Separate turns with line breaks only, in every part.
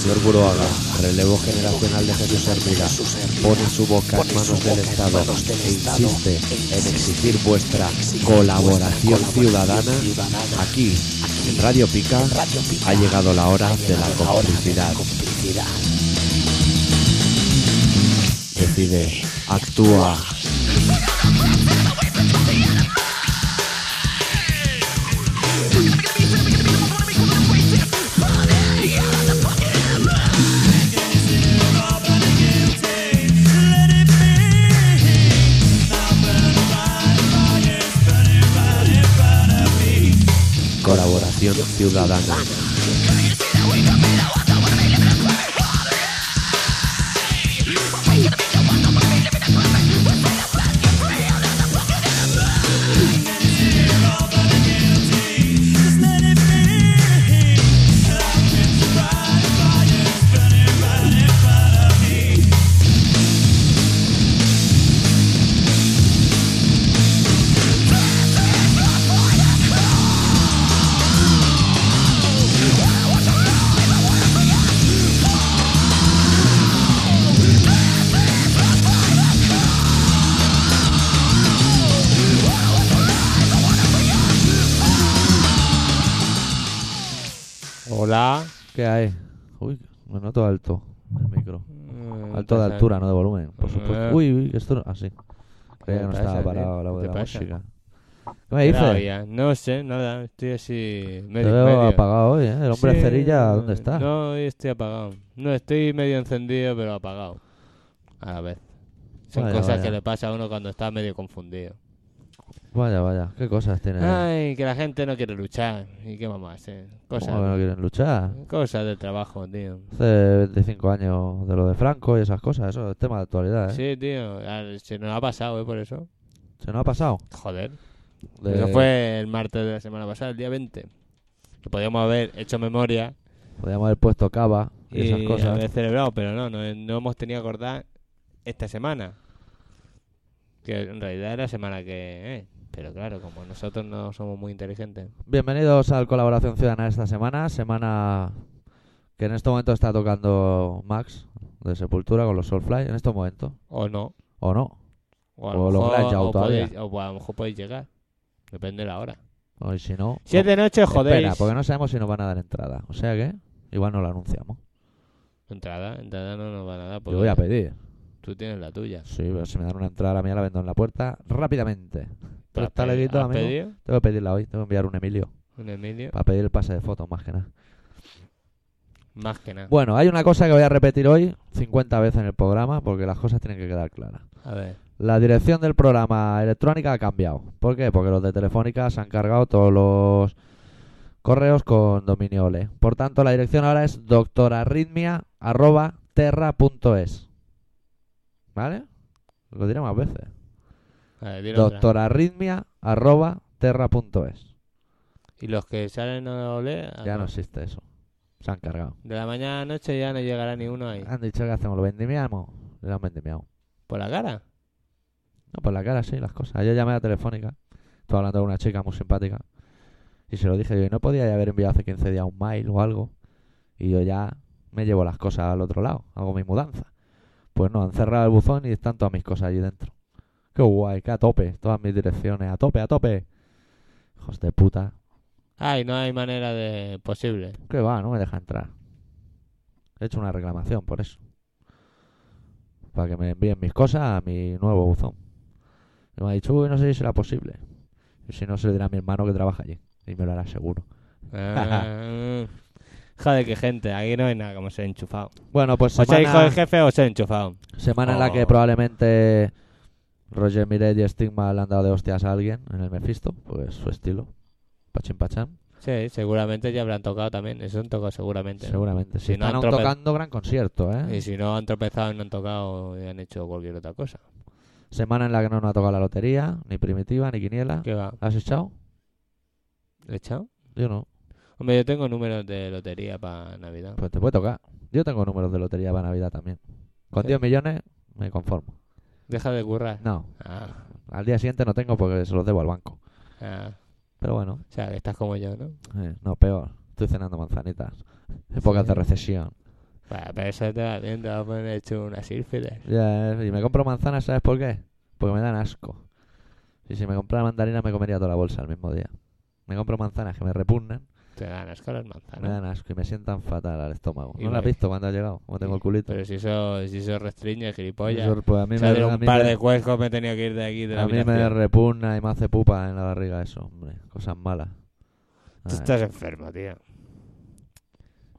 Señor Buruaga, relevo generacional de Jesús Hermida, pone su boca en manos del Estado e insiste en exigir vuestra colaboración ciudadana. Aquí, en Radio Pica, ha llegado la hora de la complicidad. Decide, actúa, colaboración ciudadana.
Hola.
¿Qué hay? Uy, me noto alto el micro. Alto de altura, no de volumen, por
Mm, Eh.
supuesto. Uy, uy, esto no... Así. Creía
te
que no
pasa,
estaba
tío?
parado la voz
¿Qué
de la
te pasa?
música. ¿Qué me dices?
No sé, nada. Estoy así
Te
medio.
veo
medio.
apagado hoy, ¿eh? El hombre
Sí,
cerilla, ¿dónde está?
No, hoy estoy apagado. No, estoy medio encendido, pero apagado. A la vez. Son
Vaya,
cosas
vaya.
que le pasa a uno cuando está medio confundido.
Vaya, vaya, qué cosas tiene.
Ay, que la gente Ah, no quiere luchar. Y qué mamás, eh. Cosas,
¿Cómo que no Eh. quieren luchar?
cosas del trabajo, tío.
Hace 25 años de lo de Franco y esas cosas, eso es tema de actualidad, ¿eh?
Sí, tío. al- Se nos ha pasado, eh, por eso.
¿Se nos ha pasado?
Joder.
De-
Eso fue el martes de la semana pasada, el día 20. Que podíamos haber hecho memoria
Podríamos haber puesto cava y,
Eh,
esas cosas.
haber celebrado, pero no, no, no hemos tenido que acordar esta semana. Que en realidad era la semana que... eh, pero claro, como nosotros no somos muy inteligentes.
Bienvenidos al Colaboración Ciudadana de esta semana, semana que en este momento está tocando Max de Sepultura con los Soulfly, en este momento,
O no.
¿o no?
O a
O
lo
lo
mejor,
habrás ya
o
todavía.
podéis- o a lo mejor podéis llegar. Depende de la hora.
O y si no...
Si es de noche,
no,
jodéis.
Espera, porque no sabemos si nos van a dar entrada, o sea que igual no lo anunciamos.
Entrada, entrada no nos van a dar.
Yo
Porque
voy a pedir.
Tú tienes la tuya.
Sí, pero si me dan una entrada a la mía la vendo en la puerta rápidamente.
¿Pero has
está
pedi-
leguito,
has
amigo.
pedido
Tengo que pedirla hoy, tengo que enviar un Emilio
un Emilio?
para pedir el pase de fotos más que nada.
Más que nada.
Bueno, hay una cosa que voy a repetir hoy 50 veces en el programa porque las cosas tienen que quedar claras.
A ver.
La dirección del programa electrónica ha cambiado. ¿Por qué? Porque los de Telefónica se han cargado todos los correos con dominio OLE. Por tanto, la dirección ahora es doctorarritmia.terra.es. ¿Vale? Lo diré más veces.
A ver, dile otra.
Doctorarritmia.terra.es.
Y los que salen a oler... ah,
Ya no existe eso. Se han cargado.
De la mañana a la noche ya no llegará ni uno ahí.
Han dicho que hacemos, lo vendimiamos. Lo han vendimiado.
¿Por la cara?
No, por la cara sí, las cosas. Yo llamé a Telefónica. Estaba hablando con una chica muy simpática. Y se lo dije yo. Y no podía ya haber enviado hace 15 días un mail o algo. Y yo ya me llevo las cosas al otro lado. Hago mi mudanza. Pues no, han cerrado el buzón y están todas mis cosas allí dentro. Qué guay, que a tope. Todas mis direcciones, a tope, a tope. Hijos de puta.
Ay, no hay manera de... posible.
Que va, no me deja entrar. He hecho una reclamación por eso. Para que me envíen mis cosas a mi nuevo buzón. Y me ha dicho, uy, no sé si será posible. Y si no, se lo dirá a mi hermano que trabaja allí. Y me lo hará seguro.
Ah, joder, qué gente. Aquí no hay nada como ser enchufado.
Bueno, pues
O sea, hijo
semana,
del jefe o ser enchufado.
semana en la que
Oh.
probablemente Roger Miret y Stigma le han dado de hostias a alguien en el Mephisto. Pues su estilo. Pachín pachán.
Sí, seguramente ya habrán tocado también. Eso han tocado seguramente. ¿no?
Seguramente. Si,
Si no
están
han
aún
trope-
tocando, gran concierto, ¿eh?
Y si no han tropezado y no han tocado y han hecho cualquier otra cosa.
Semana en la que no nos ha tocado la lotería, ni primitiva, ni quiniela.
¿Qué va?
¿La ¿Has echado?
¿He echado?
Yo no.
Hombre, yo tengo números de lotería para Navidad.
Pues te puede tocar. Yo tengo números de lotería para Navidad también. Con
Sí.
10 millones me conformo.
Deja de currar.
No,
Ah,
al día siguiente no tengo porque se los debo al banco.
ah.
Pero bueno,
O sea, que estás como yo, ¿no?
eh, no, peor. Estoy cenando manzanitas. Épocas
Sí.
de recesión.
Para Pues, pero eso te va bien, te va a poner hecho una sífilis.
Ya, eh, y me compro manzanas, ¿sabes por qué? Porque me dan asco. Y si me comprara mandarina me comería toda la bolsa al mismo día. Me compro manzanas que me repugnan,
Te dan asco las
me
manzanas.
dan asco y me sientan fatal al estómago.
Y
¿No lo has
me-
visto cuando ha llegado? Como tengo el culito.
Pero si eso, si eso restringe, gilipollas.
Eso, pues, a mí
O
me,
sea, de
a
un
mí
par
me-
de cuescos me he tenido que ir de aquí, de la
a mí me
habitación.
repugna y me hace pupa en la barriga eso, hombre. Cosas malas.
Tú
Ay.
estás enfermo, tío.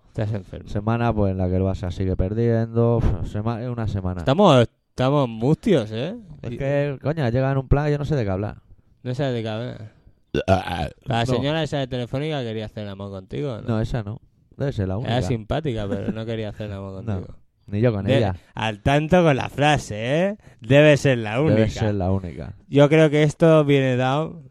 Estás enfermo.
Semana pues en la que el Barça sigue perdiendo. Sema- es una semana.
Estamos, estamos mustios, ¿eh?
Es
Y-
que, coño, llega en un plan que yo no sé de qué hablar.
No sabes de qué hablar. La
No.
señora esa de Telefónica quería hacer el amor contigo, ¿no?
No, esa no. Debe ser la única.
Era simpática, pero no quería hacer el amor
No,
contigo.
Ni yo con
Ah, De-
ella.
Al tanto con la frase, ¿eh? Debe ser la única.
Debe ser la única.
Yo creo que esto viene dado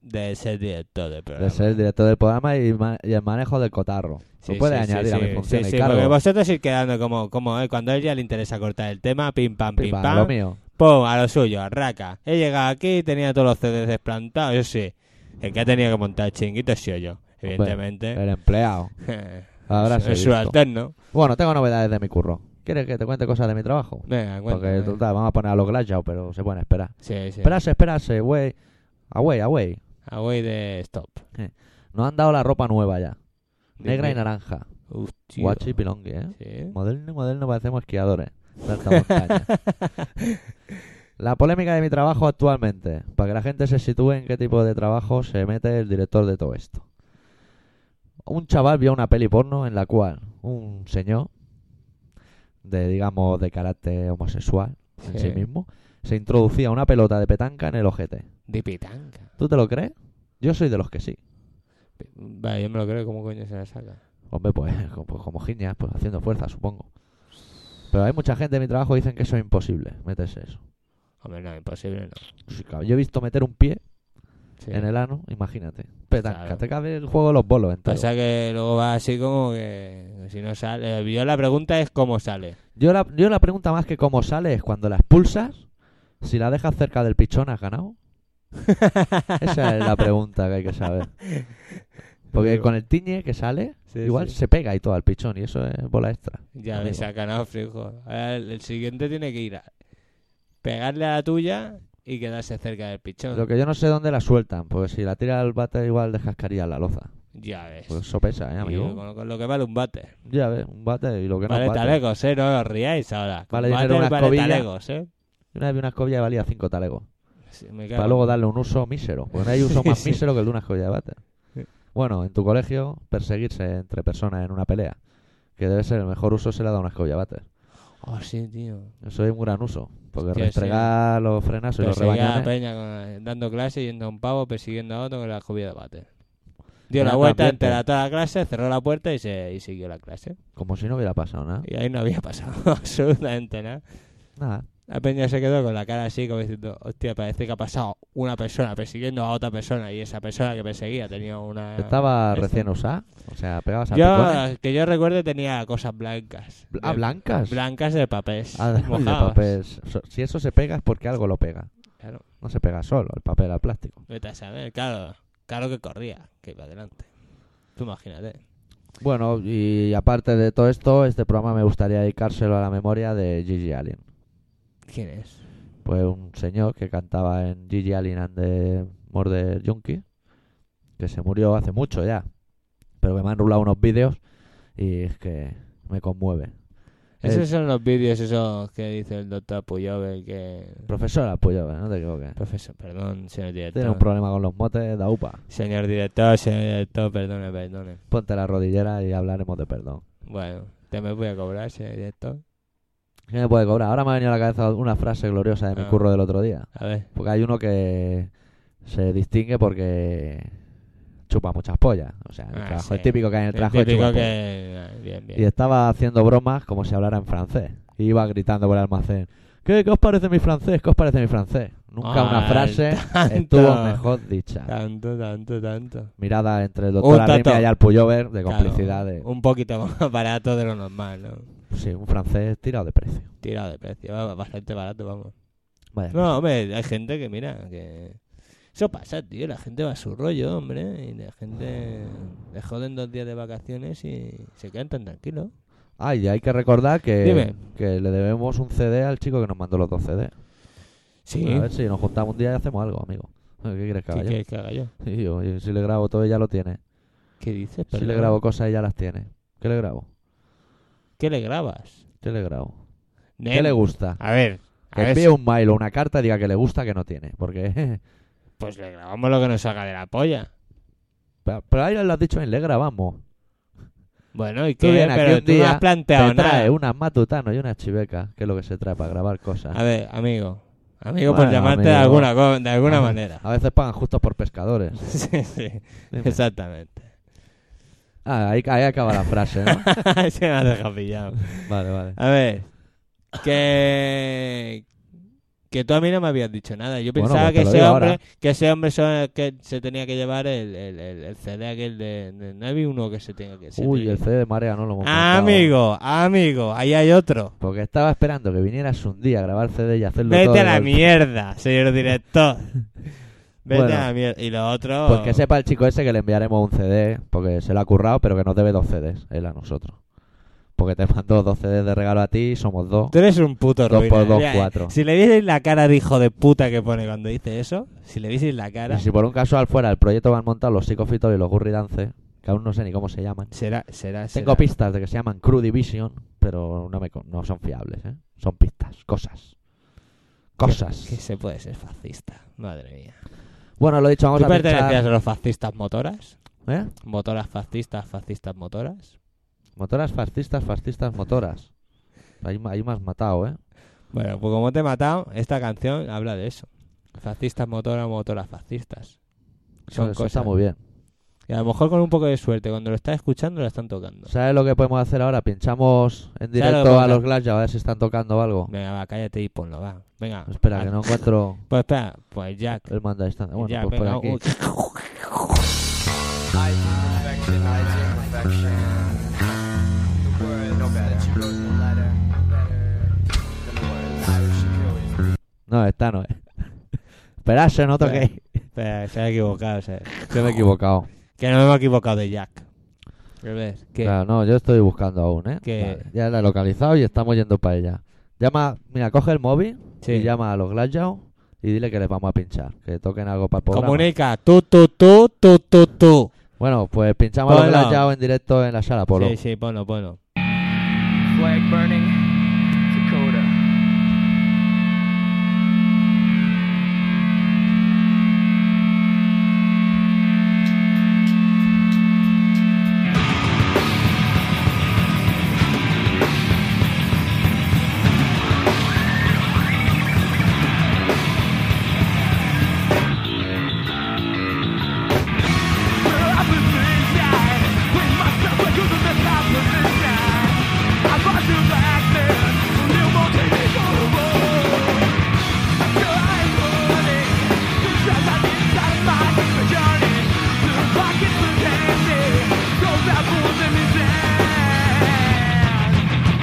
de ser director del programa.
Debe ser el director del programa y, ma- y el manejo del cotarro.
Sí,
Tú puedes
sí,
pues añadir
sí,
a mi
sí,
función
sí,
y
sí,
cargo.
Porque vosotros ir quedando como, como eh, cuando a ella le interesa cortar el tema, pim pam, pim,
Pipa,
pam,
lo mío.
pum, a lo suyo, raca. He llegado aquí, tenía todos los CDs desplantados, yo sí. El que ha tenido que montar el chinguito he sido yo, evidentemente.
El empleado. eh, Ahora sí.
Eh. es subalterno.
Bueno, tengo novedades de mi curro. ¿Quieres que te cuente cosas de mi trabajo?
Venga,
Porque
cuéntame.
total, vamos a poner a los Glasgow, pero se pueden esperar.
Sí, sí.
Esperarse, esperarse, güey. Away, away.
Away de stop.
Nos han dado la ropa nueva ya. Negra y
Dime.
naranja.
Hostia.
Guachi y pilonqui, ¿eh?
Sí.
Moderno, moderno, parecemos esquiadores. de alta montaña. la polémica de mi trabajo actualmente, para que la gente se sitúe en qué tipo de trabajo se mete el director de todo esto. Un chaval vio una peli porno en la cual un señor, de digamos de carácter homosexual en sí
Sí.
mismo, se introducía una pelota de petanca en el ojete.
De pitanca.
¿Tú te lo crees? Yo soy de los que sí.
Vale, yo me lo creo, ¿cómo coño se la saca?
Hombre, pues, co- pues como giñas, pues haciendo fuerza, supongo. Pero hay mucha gente en mi trabajo que dicen que eso es imposible, meterse eso.
Hombre, no, imposible no.
Sí, claro, Yo he visto meter un pie
Sí.
en el ano, imagínate. Petanca,
Claro.
te cabe el juego de los bolos entero.
Pasa que luego va así como que si no sale. eh, Yo la pregunta es cómo sale.
yo, la, yo la pregunta más que cómo sale es cuando la expulsas, si la dejas cerca del pichón, ¿has ganado? Esa es la pregunta que hay que saber. Porque con el tiñe que sale,
Sí,
igual
sí.
se pega y todo al pichón, y eso es bola extra.
Ya
amigo.
me sacan a frijo. Ahora El, el siguiente tiene que ir a pegarle a la tuya y quedarse cerca del pichón.
Lo que yo no sé dónde la sueltan, porque si la tira al bate, igual descascaría la loza.
Ya ves.
Pues eso pesa, ¿eh,
Y
amigo?
con, con lo que vale un bate.
Ya ves, un bate y lo que no
vale
es bate.
talegos, eh. No os riáis ahora.
Vale
bate
dinero una
vale
escobilla.
talegos, eh.
Yo Una vez vi una escobilla que valía 5 talegos.
Sí, me cago.
Para luego darle un uso mísero. Porque no hay uso más
Sí.
mísero que el de una escobilla de bate.
Sí.
Bueno, en tu colegio, perseguirse entre personas en una pelea. Que debe ser el mejor uso se le da a una escobilla de bate.
Oh, sí, tío.
Eso es un gran uso. Porque
Hostia,
restregar los frenas y los
Perseguía a
rebañones.
Peña con- eh, dando clase, yendo a un pavo, persiguiendo a otro con la escobilla de bate. Dio
Era
la
un
vuelta
ambiente.
entre la, toda la clase, cerró la puerta y, se, y siguió la clase.
Como si no hubiera pasado nada.
Y ahí no había pasado absolutamente nada.
Nada.
La peña se quedó con la cara así, como diciendo, hostia, parece que ha pasado una persona persiguiendo a otra persona y esa persona que perseguía tenía una...
Estaba
esta-
recién usada. O sea, pegabas a picones.
Yo, que yo recuerde, tenía cosas blancas.
Bl- Ah,
De-
blancas.
Blancas de papel.
Ah, de
Eh, mojadas.
papel. So- Si eso se pega es porque algo lo pega.
Claro,
No se pega solo, el papel al plástico.
vete a saber, claro, claro que corría, que iba adelante. Tú imagínate.
Bueno, y aparte de todo esto, este programa me gustaría dedicárselo a la memoria de Gigi Allen.
¿Quién es?
Pues un señor que cantaba en Gigi Allen and the Murder Junkie, que se murió hace mucho ya, pero que me han rulado unos vídeos y es que me conmueve.
Esos
Eh,
son los vídeos esos que dice el doctor Puyol que...
Profesora, pues yo, no te equivoques.
Profesor, perdón, señor director.
Tiene un problema con los motes, da upa.
Señor director, señor director, perdone, perdone.
Ponte la rodillera y hablaremos de perdón.
Bueno, te me voy a cobrar, señor director.
¿Qué me puede cobrar? Ahora me ha venido a la cabeza una frase gloriosa de mi
Ah.
curro del otro día.
A ver.
Porque hay uno que se distingue porque chupa muchas pollas. O sea, en el
Ah,
trabajo.
sí.
El típico que hay en el
El
trabajo de
típico
chupar pollas.
que... ah, Bien, bien.
Y estaba haciendo bromas como si hablara en francés. Y iba gritando por el almacén. ¿Qué, qué os parece mi francés? ¿Qué os parece mi francés? Nunca
Ah,
una frase
tanto.
estuvo mejor dicha.
Tanto, tanto, tanto.
Mirada entre el doctor
Un tanto.
Arrimia y el Puyover de
Claro,
complicidad de...
Un poquito más barato de lo normal, ¿no?
Sí, un francés tirado de precio.
Tirado de precio, va- bastante barato, vamos.
Vaya.
No, hombre, hay gente que mira, que... Eso pasa, tío, la gente va a su rollo, hombre, y la gente le joden dos días de vacaciones y se quedan tan tranquilos.
Ah, y hay que recordar que,
Dime.
que le debemos un CD al chico que nos mandó los dos CDs.
Sí,
A ver si nos juntamos un día y hacemos algo, amigo. ¿Qué quieres que
¿qué
haga yo?
quieres que haga yo?
Y yo, y si le grabo todo, ella lo tiene.
¿Qué dices?
Si le
Perdón.
grabo cosas, ella las tiene. ¿Qué le grabo?
¿Qué le grabas?
¿Qué le grabo? ¿Qué
Nen,
le gusta?
A ver, a
Que
ver
envíe un mail o una carta diga que le gusta que no tiene. Porque.
si- pues le grabamos lo que nos salga de la polla.
pero pero ahí lo has dicho bien, le grabamos.
Bueno, ¿y
Tú
qué?
vienes aquí
Pero tú
un
no
día,
has planteado
Te trae
nada.
unas matutanos y unas chivecas, que es lo que se trae para grabar cosas.
A ver, amigo. Amigo,
Bueno,
por llamarte de
amigo.
alguna, co- de alguna
Ah.
manera.
A veces pagan justos por pescadores.
sí, sí,
Dime.
exactamente.
Ah, ahí, ahí acaba la frase, ¿no?
Se me ha dejado pillado.
vale, vale.
A ver, que que tú a mí no me habías dicho nada. Yo
Bueno,
pensaba
pues te lo
que, ese
digo
hombre,
ahora.
que ese hombre son el que se tenía que llevar el, el, el, el CD aquel de, de ¿no había uno que se tenía que se
Uy,
tenía
el
que-
CD de Marea no lo hemos
Ah,
contado.
amigo, amigo, ahí hay otro.
Porque estaba esperando que vinieras un día a grabar CD y hacerlo todo.
Vete
de
a la
golpe.
mierda, señor director. Vete
Bueno.
a la mierda. Y lo otro.
Pues que sepa el chico ese que le enviaremos un CD, porque se lo ha currado, pero que nos debe dos CDs, él a nosotros. Porque te mandó dos CDs de regalo a ti, somos dos.
Tú eres un puto
Dos
ruina.
por dos,
Ya,
cuatro.
Si le vieseis la cara de hijo de puta que pone cuando dice eso, si le vieseis la cara,
Y si por un casual fuera el proyecto que han montado los psicofitos y los Gurry Dance, que aún no sé ni cómo se llaman.
será, será, será.
Tengo pistas de que se llaman Crew Division, pero no, me, con- no son fiables, ¿eh? Son pistas, cosas. Cosas.
Que se puede ser fascista. Madre mía.
Bueno, lo dicho, vamos
¿Tú
a pinchar...
pertenecías a los fascistas motoras?
¿Eh?
¿Motoras fascistas, fascistas motoras?
Motoras fascistas, fascistas, motoras. Ahí, ma- ahí me has matado, ¿eh?
Bueno, pues como te he matado, esta canción habla de eso. Fascistas motoras, motoras fascistas. Son
Eso está
cosas.
muy bien.
Y a lo mejor con un poco de suerte, cuando lo estás escuchando, lo están tocando.
¿Sabes lo que podemos hacer ahora? Pinchamos
¿Sabes lo
en
que
directo
podemos
a los
hacer?
Glass a ver si están tocando algo.
Venga, va, cállate y ponlo, va. Venga.
Espera,
va.
que no encuentro
Pues espera, pues Jack.
el mando a distancia. Bueno,
Jack,
pues por
venga,
aquí.
uy.
IT perfection, IT perfection. The word no better. She wrote the letter better than the words I was secure.
No, esta no es. Esperad, se no toquéis.
Espera, se ha equivocado. se-
Se me he equivocado.
Que no me he equivocado de Jack. A ver, que-
Claro, no, yo estoy buscando aún, ¿eh?
Que-
Vale, ya la he localizado y estamos yendo para ella. Llama, mira, coge el móvil
sí.
y llama a los Glasgow y dile que les vamos a pinchar, que toquen algo para el programa.
Comunica. Tú, tú, tú, tú, tú, tú.
Bueno, pues pinchamos a los
Ponlo.
Glasgow en directo en la sala Polo.
Sí, sí, ponlo, ponlo.
Flag burning, Dakota.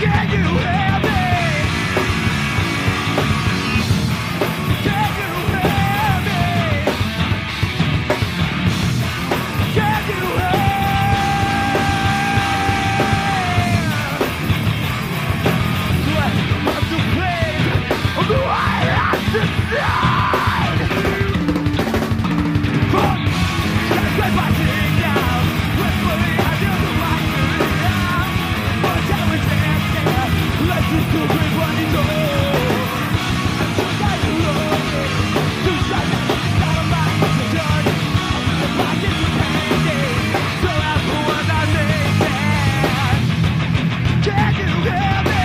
Can you hear me? Can you hear me? Can you Yeah. Can you hear me?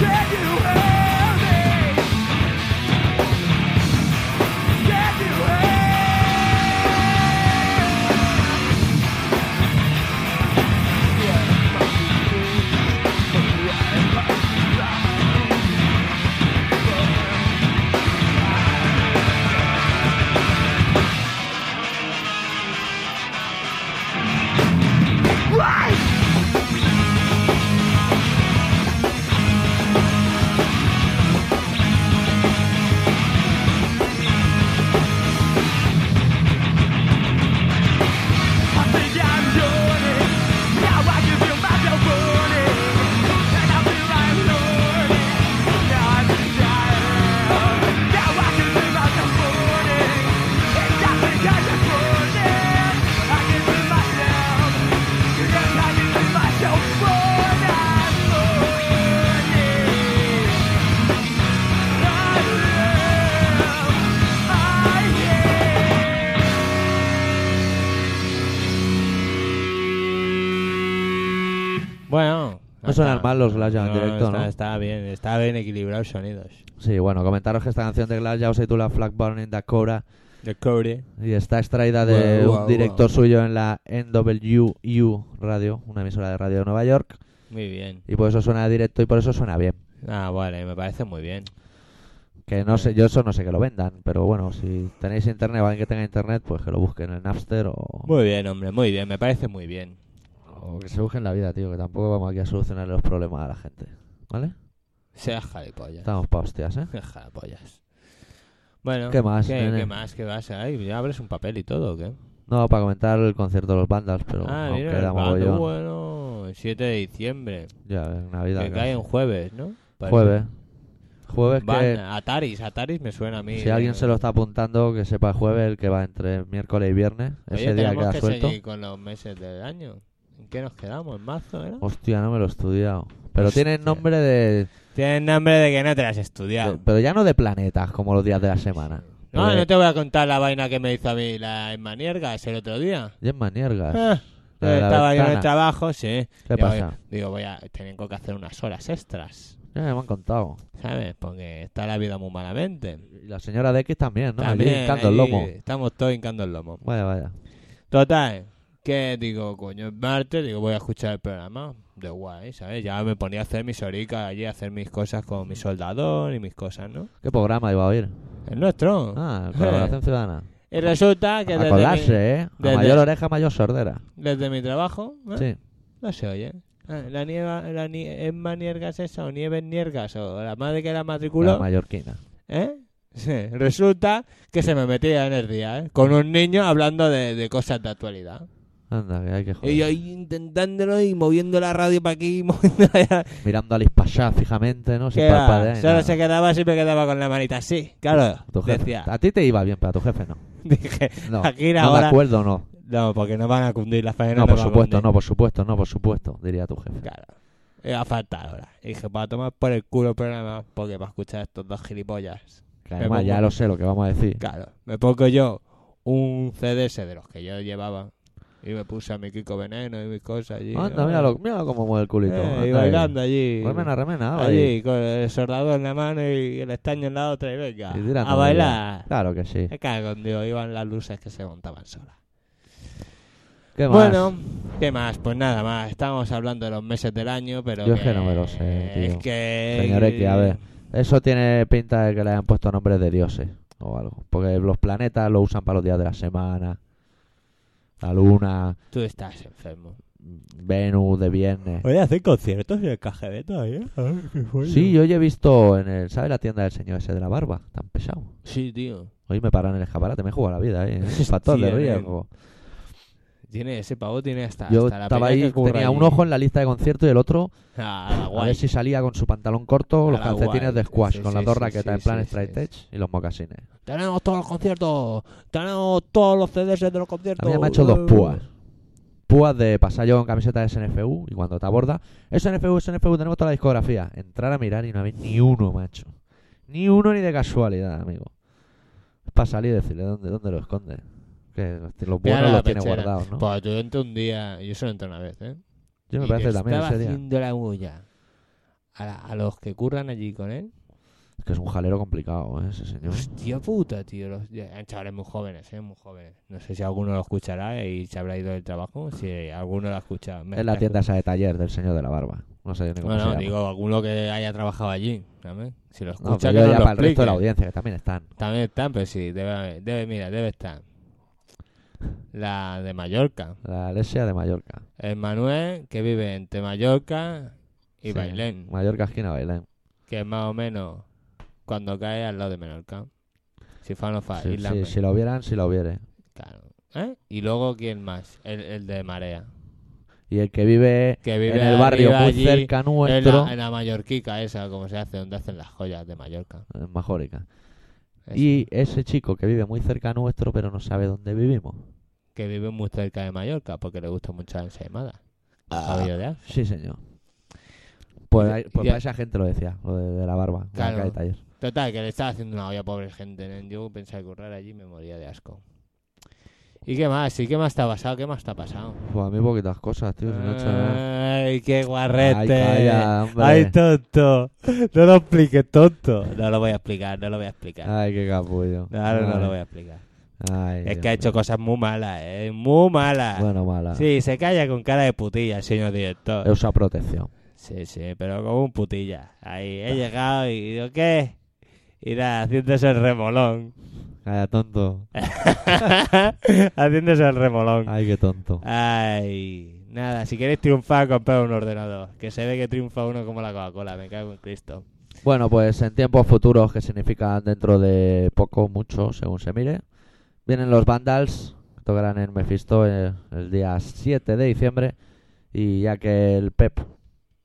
Can you hear me? Can you hear me?
no.
No sonan mal los Glass Jaw en directo,
está,
¿no?
Está bien, está bien equilibrados sonidos.
Sí, bueno, comentaros que esta canción de Glass Jaw se titula Flag Burning Dakota
The Cody.
y está extraída de
Guau,
un
guau,
director
guau.
suyo en la NWU Radio, una emisora de radio de Nueva York,
Muy bien.
y por eso suena directo y por eso suena bien.
Ah, vale, me parece muy bien.
Que no sé, yo eso no sé que lo vendan, pero bueno, si tenéis internet o alguien que tenga internet, pues que lo busquen en Napster o,
Muy bien, hombre, muy bien, me parece muy bien.
o que se busquen la vida, tío, que tampoco vamos aquí a solucionar los problemas a la gente, ¿vale?
Sea jalipollas.
Estamos pa' hostias, ¿eh?
Sea jalipollas. Bueno,
¿Qué más,
¿Qué,
nene?
qué más? ¿Qué vas? Ay, ya abres un papel y todo, ¿o ¿qué?
No, para comentar el concierto de los Vandals, pero
ah,
aún
mira,
queda
el bando,
mogollón.
bueno, el 7 de diciembre.
Ya, en Navidad.
Que
claro.
cae en jueves, ¿no? Parece.
Jueves. Jueves
Van
que...
Ataris, Ataris me suena a mí. eh.
Si alguien se lo está apuntando, que sepa el jueves el que va entre miércoles y viernes.
Oye,
Ese día
tenemos
queda
que
suelto.
seguir con los meses del año. ¿En qué nos quedamos? ¿En marzo, era?
Hostia, no me lo he estudiado. Pero tiene
Hostia.
nombre de,
Tienes nombre de que no te las has
de-
estudiado.
Pero ya no de planetas, como los días de la semana.
No,
Porque-
no te voy a contar la vaina que me hizo a mí la maniergas el otro día.
Y es maniergas.
Ah,
la de la
estaba yo en
ventana.
el trabajo, sí.
¿Qué
Digo,
pasa?
Digo, voy a, tengo que hacer unas horas extras,
Ya me han contado.
¿sabes? Porque está la vida muy malamente.
Y la señora de X también, ¿no?
También,
Allí hincando el
ahí
lomo.
Estamos todos hincando el lomo.
Vaya, vaya.
Total, que digo, coño, es martes, digo, voy a escuchar el programa. De guay, ¿sabes? Ya me ponía a hacer mis horicas allí, a hacer mis cosas con mi soldador y mis cosas, ¿no?
¿Qué programa iba a oír?
El nuestro.
Ah, colaboración ciudadana.
Y resulta Eh. que
A
desde mi,
colarse, ¿eh? A
desde-
mayor oreja, mayor sordera.
desde mi trabajo ¿eh?
Sí.
no se oye. Ah, La nieve, la nie- es más niergas esa, o nieves niergas, o la madre que la matriculó.
La mallorquina.
¿eh? Sí, Resulta que se me metía en el día, ¿eh? Con un niño hablando de, de cosas de actualidad.
Anda, que hay que joder.
Y yo ahí intentándolo y moviendo la radio para aquí y moviendo allá.
Mirando al Ispachá fijamente, ¿no? Sin
¿Qué va?
parpadear. ni
Solo
nada.
se quedaba, siempre quedaba con la manita así. Claro,
Tu jefe.
decía.
A ti te iba bien, pero a tu jefe no.
Dije,
No,
aquí la
no de
hora.
acuerdo, no.
No, porque nos van a cundir las faenas.
No,
nos
por
van a
supuesto,
cundir.
no, por supuesto, no, por supuesto, diría tu jefe.
Claro. Iba a faltar ahora. Y dije, para tomar por el culo el programa, porque para escuchar a estos dos gilipollas.
Que además ya
pongo-
lo sé lo que vamos a decir.
Claro, me pongo yo un CDS de los que yo llevaba. Y me puse a mi Kiko Veneno y mis cosas allí.
Anda,
¿no?
míralo, míralo cómo mueve el culito.
Eh,
anda
y
ahí.
bailando allí.
Remena, remena, va ahí.
allí, con el soldador en la mano y el estaño en la otra. Y venga,
Y tirando
a
de
bailar.
Claro que sí.
Me cago en Dios, iban las luces que se montaban solas.
¿Qué más?
Bueno, ¿qué más? Pues nada más. Estábamos hablando de los meses del año, pero.
Yo es que no me lo sé, tío.
Es que.
Señor X, a ver. Eso tiene pinta de que le hayan puesto nombres de dioses o algo. Porque los planetas lo usan para los días de la semana. La luna,
Tú estás enfermo.
Venus de viernes.
Oye, ¿hacen conciertos en el KGB todavía?
Sí, yo ya he visto en el, ¿sabes la tienda del señor ese de la barba? Tan pesado.
Sí, tío.
Hoy me paran en el escaparate, me he jugado la vida, ¿eh? Factor de
Hostia, nen.
riesgo.
Tiene, ese pavo tiene hasta.
Yo
hasta la
estaba
peña
ahí,
que curra
tenía
allí.
un ojo en la lista de conciertos y el otro
Ah, la
a
guay.
ver si salía con su pantalón corto,
A
los
la
calcetines
guay.
de squash,
Sí,
con
sí,
las dos
sí,
raquetas
sí,
en plan
sí,
straight
sí,
edge y los mocasines.
Tenemos todos los conciertos. Tenemos todos los CDs de los
A
conciertos.
mí me ha hecho dos
Uh.
púas. Púas de pasar yo con camiseta de SNFU y cuando te aborda, es SNFU, es SNFU, tenemos toda la discografía. Entrar a mirar y no habéis ni uno, macho. Ni uno ni de casualidad, amigo. Es para salir y decirle dónde, dónde lo esconde. Que los, los
Mira
buenos
la
los tiene
pechera.
guardados, ¿no?
Pues yo entro un día. Yo solo entro una vez, ¿eh?
Yo me
Y
parece
le
también
estaba
ese día.
haciendo la bulla a, la- a los que curran allí con él.
Es que es un jalero complicado, ¿eh? ese señor.
Hostia puta, tío. Los, eran chavales muy jóvenes, ¿eh? Muy jóvenes. No sé si alguno lo escuchará y se habrá ido del trabajo. Si alguno lo ha escuchado. Me
Es la
está
tienda esa de taller del señor de la barba. No sé ni cómo se
Bueno,
llama.
digo, alguno que haya trabajado allí. ¿sabes? Si lo
No,
escucha,
pero
que
yo
no
ya
lo
para el resto de la
explique.
audiencia, que también están.
También están, pero sí, debe, haber- debe, mira, debe estar. La de Mallorca.
La Alesia de Mallorca.
El Manuel, que vive entre Mallorca y
Sí,
Bailén,
Mallorca esquina Bailén.
que es más o menos cuando cae al lado de Menorca. Si fa no fa,
Sí,
Isla
sí,
Men.
si lo vieran, si lo viere.
Claro. ¿Eh? Y luego, ¿quién más? El, el de Marea.
Y el que vive,
Que vive
en el
ahí,
barrio
vive
muy
allí,
cerca
En la,
nuestro,
en la Mallorquica esa, como se hace, donde hacen las joyas de Mallorca.
en Majorica.
Esa.
Y ese chico que vive muy cerca nuestro, pero no sabe dónde vivimos.
Que vive muy cerca de Mallorca, porque le gusta mucho la ensaimada.
Ah.
¿Sabía de eso?
Sí, señor. Pues,
Y-
hay- pues
y-
para esa gente lo decía, lo de, de la barba, la
Claro.
cara de taller.
Total, que le estaba haciendo una olla a pobre gente. ¿no? Yo pensaba que currar allí y me moría de asco. ¿Y qué más? ¿Y qué más te ha pasado? ¿Qué más te ha pasado?
Pues a mí poquitas cosas, tío. si no he hecho nada.
Ay, qué guarrete.
Ay, calla, hombre.
Ay, tonto. No lo expliques, tonto. No lo voy a explicar, no lo voy a explicar.
Ay, qué capullo.
Claro, no lo voy a explicar.
Ah, Ay,
Es
Dios
que ha hecho
mío.
cosas muy malas, eh. Muy malas.
Bueno, mala.
Sí, se calla con cara de putilla el señor
He
director.
usado protección.
Sí, sí, pero como un putilla. Ahí he llegado y digo, ¿qué? Y nada, haciéndose el remolón.
Calla, tonto.
haciéndose el remolón.
Ay, qué tonto.
Ah. Ay, nada, si queréis triunfar, comprar un ordenador. Que se ve que triunfa uno como la Coca-Cola, me cago en Cristo.
Bueno, pues en tiempos futuros, que significan dentro de poco, mucho, según se mire, vienen los Vandals, que tocarán en Mephisto eh, el, día 7 de diciembre, y ya que el Pep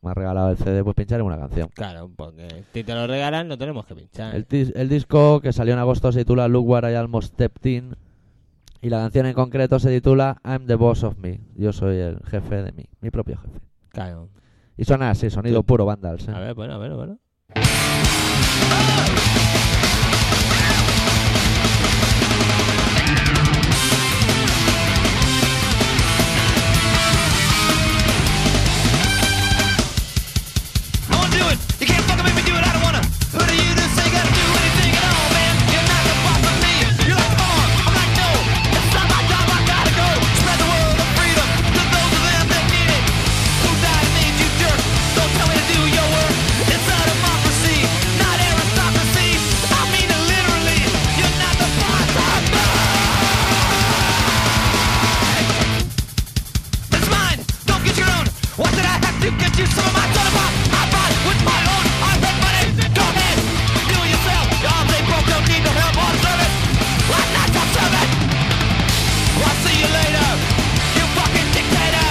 me ha regalado el CD, pues pincharé una canción.
Claro, porque si te lo regalan, no tenemos que pinchar.
El, dis- el disco que salió en agosto se titula Look What I Almost Stepped In, y la canción en concreto se titula I'm the Boss of Me, yo soy el jefe de mí, mi propio jefe.
Claro.
Y suena así, sonido puro Vandals. ¿eh?
A ver, bueno, a ver, bueno.
I wanna do it. You can't fucking make me do it. I don't wanna. Who do you to say you gotta do anything at all, man? You're not the boss of me. You're like farm. I'm like no. It's not my job. I gotta go. Spread the word of freedom to those of them that need it. Who died made you jerk? Don't tell me to do your work. It's a democracy, not aristocracy. I mean it literally. You're not the boss of me. It's mine. Don't get your own. What did I have to get you? Some of my son of a I bought with my own. I paid money. Go ahead. Do it yourself. Y'all they broke. Don't need no help or service. I'm not your servant. I'll see you later. You fucking dictator.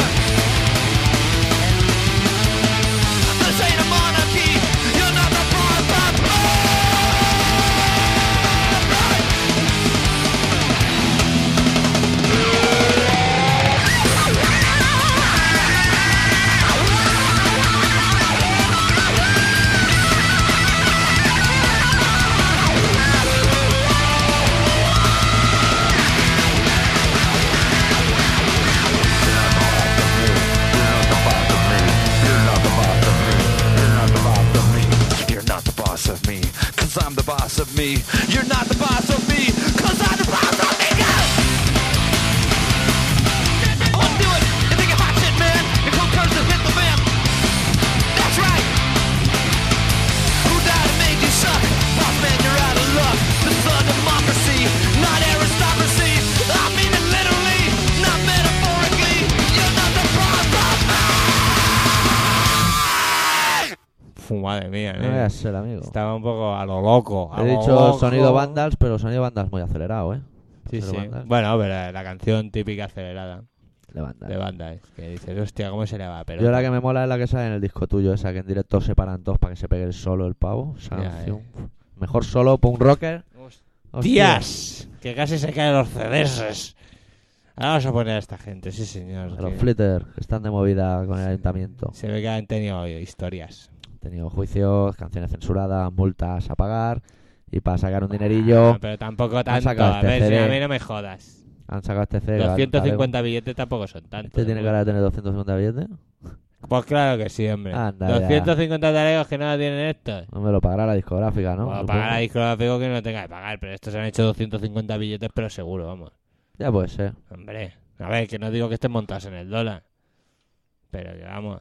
This ain't a monarchy. You're not the boss of me.
You're not the boss of me, cause I'm the boss of me. You're not the boss of me, cause I'm the boss of me.
Go! I wanna do it. You think it's hot shit, man? Your cold curves hit the fan. That's right. Who died and made you suck? Boss man, you're out of luck. This is a democracy, not aristocracy. I mean it literally, not metaphorically. You're not the boss of me.
Fu, madre mía,
No
eh.
voy a ser amigo.
Estaba un poco a lo loco. a
He
lo
dicho
loco.
sonido Vandals, pero sonido Vandals muy acelerado, ¿eh?
Sí,
Sonido
sí.
Vandals.
Bueno, pero eh, la canción típica acelerada
De Vandals.
de banda. eh, Que dices, hostia, ¿cómo se le va? Pero
Yo la que me mola es la que sale en el disco tuyo, esa que en directo separan dos para que se pegue el solo el pavo.
Ya,
Esa
eh.
canción. Mejor solo punk rocker. Hostia.
¡Tías! Que casi se caen los CDs. Ahora vamos a poner a esta gente, sí, señor.
A Los
que
Flitter que están de movida con el ayuntamiento.
Se ve que han tenido historias.
Han tenido juicios, canciones censuradas, multas a pagar. Y para sacar un
Ah,
dinerillo,
pero tampoco tanto.
sacado
A
este
ver, si
CD.
a mí no me jodas.
han sacado este CD. ¿vale?
250 billetes tampoco son tantos.
¿Este tiene cara de tener 250 billetes?
Pues claro que sí, hombre.
Anda, ya.
250 talegos que no la tienen estos.
No me lo pagará la discográfica, ¿no?
O a
Supongo.
pagar a discográfico que no lo tenga que pagar. Pero estos han hecho 250 billetes, pero seguro, vamos.
Ya puede ser.
Hombre, a ver, que no digo que estén montados en el dólar. Pero que vamos.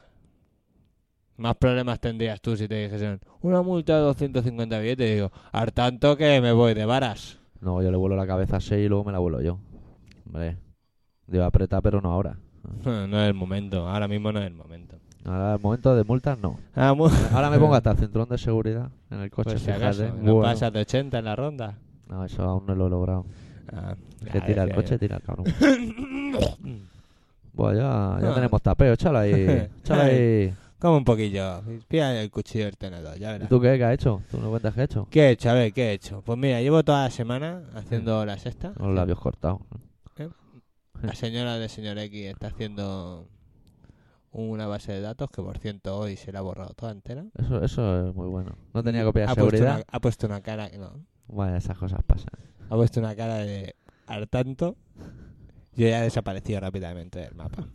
Más problemas tendrías tú si te dijesen una multa de 250 billetes. Digo, al tanto que me voy de varas.
No, yo le vuelo la cabeza a 6 y luego me la vuelo yo. Hombre, digo apretar, pero no ahora.
No es el momento, ahora mismo no es el momento.
Ahora, el momento de multas, no.
Ah, mu-
Ahora me pongo hasta el cinturón de seguridad en el coche,
Pues si
fíjate.
acaso, no
Bueno.
pasas de 80 en la ronda.
No, eso aún no lo he logrado.
Ah,
Es que
ya
tira el
decía
coche, tira el cabrón. bueno, ya,
Ah.
ya tenemos tapeo, échalo ahí. Échalo ahí.
yo. Come un poquillo. Pilla el cuchillo del tenedor, ya
¿Y
verás.
tú qué, qué has hecho? ¿Tú no cuentas qué has hecho?
¿Qué he hecho? A ver, ¿qué he hecho? Pues mira, llevo toda la semana haciendo
Mm.
la sexta.
Con los labios cortados.
La señora de señor X está haciendo una base de datos que, por cierto, hoy se la ha borrado toda entera.
Eso, eso es muy bueno. No tenía copia de
Ha puesto,
seguridad.
una, ha puesto una cara, no,
Bueno, esas cosas pasan.
ha puesto una cara de al tanto Yo ya desapareció rápidamente del mapa.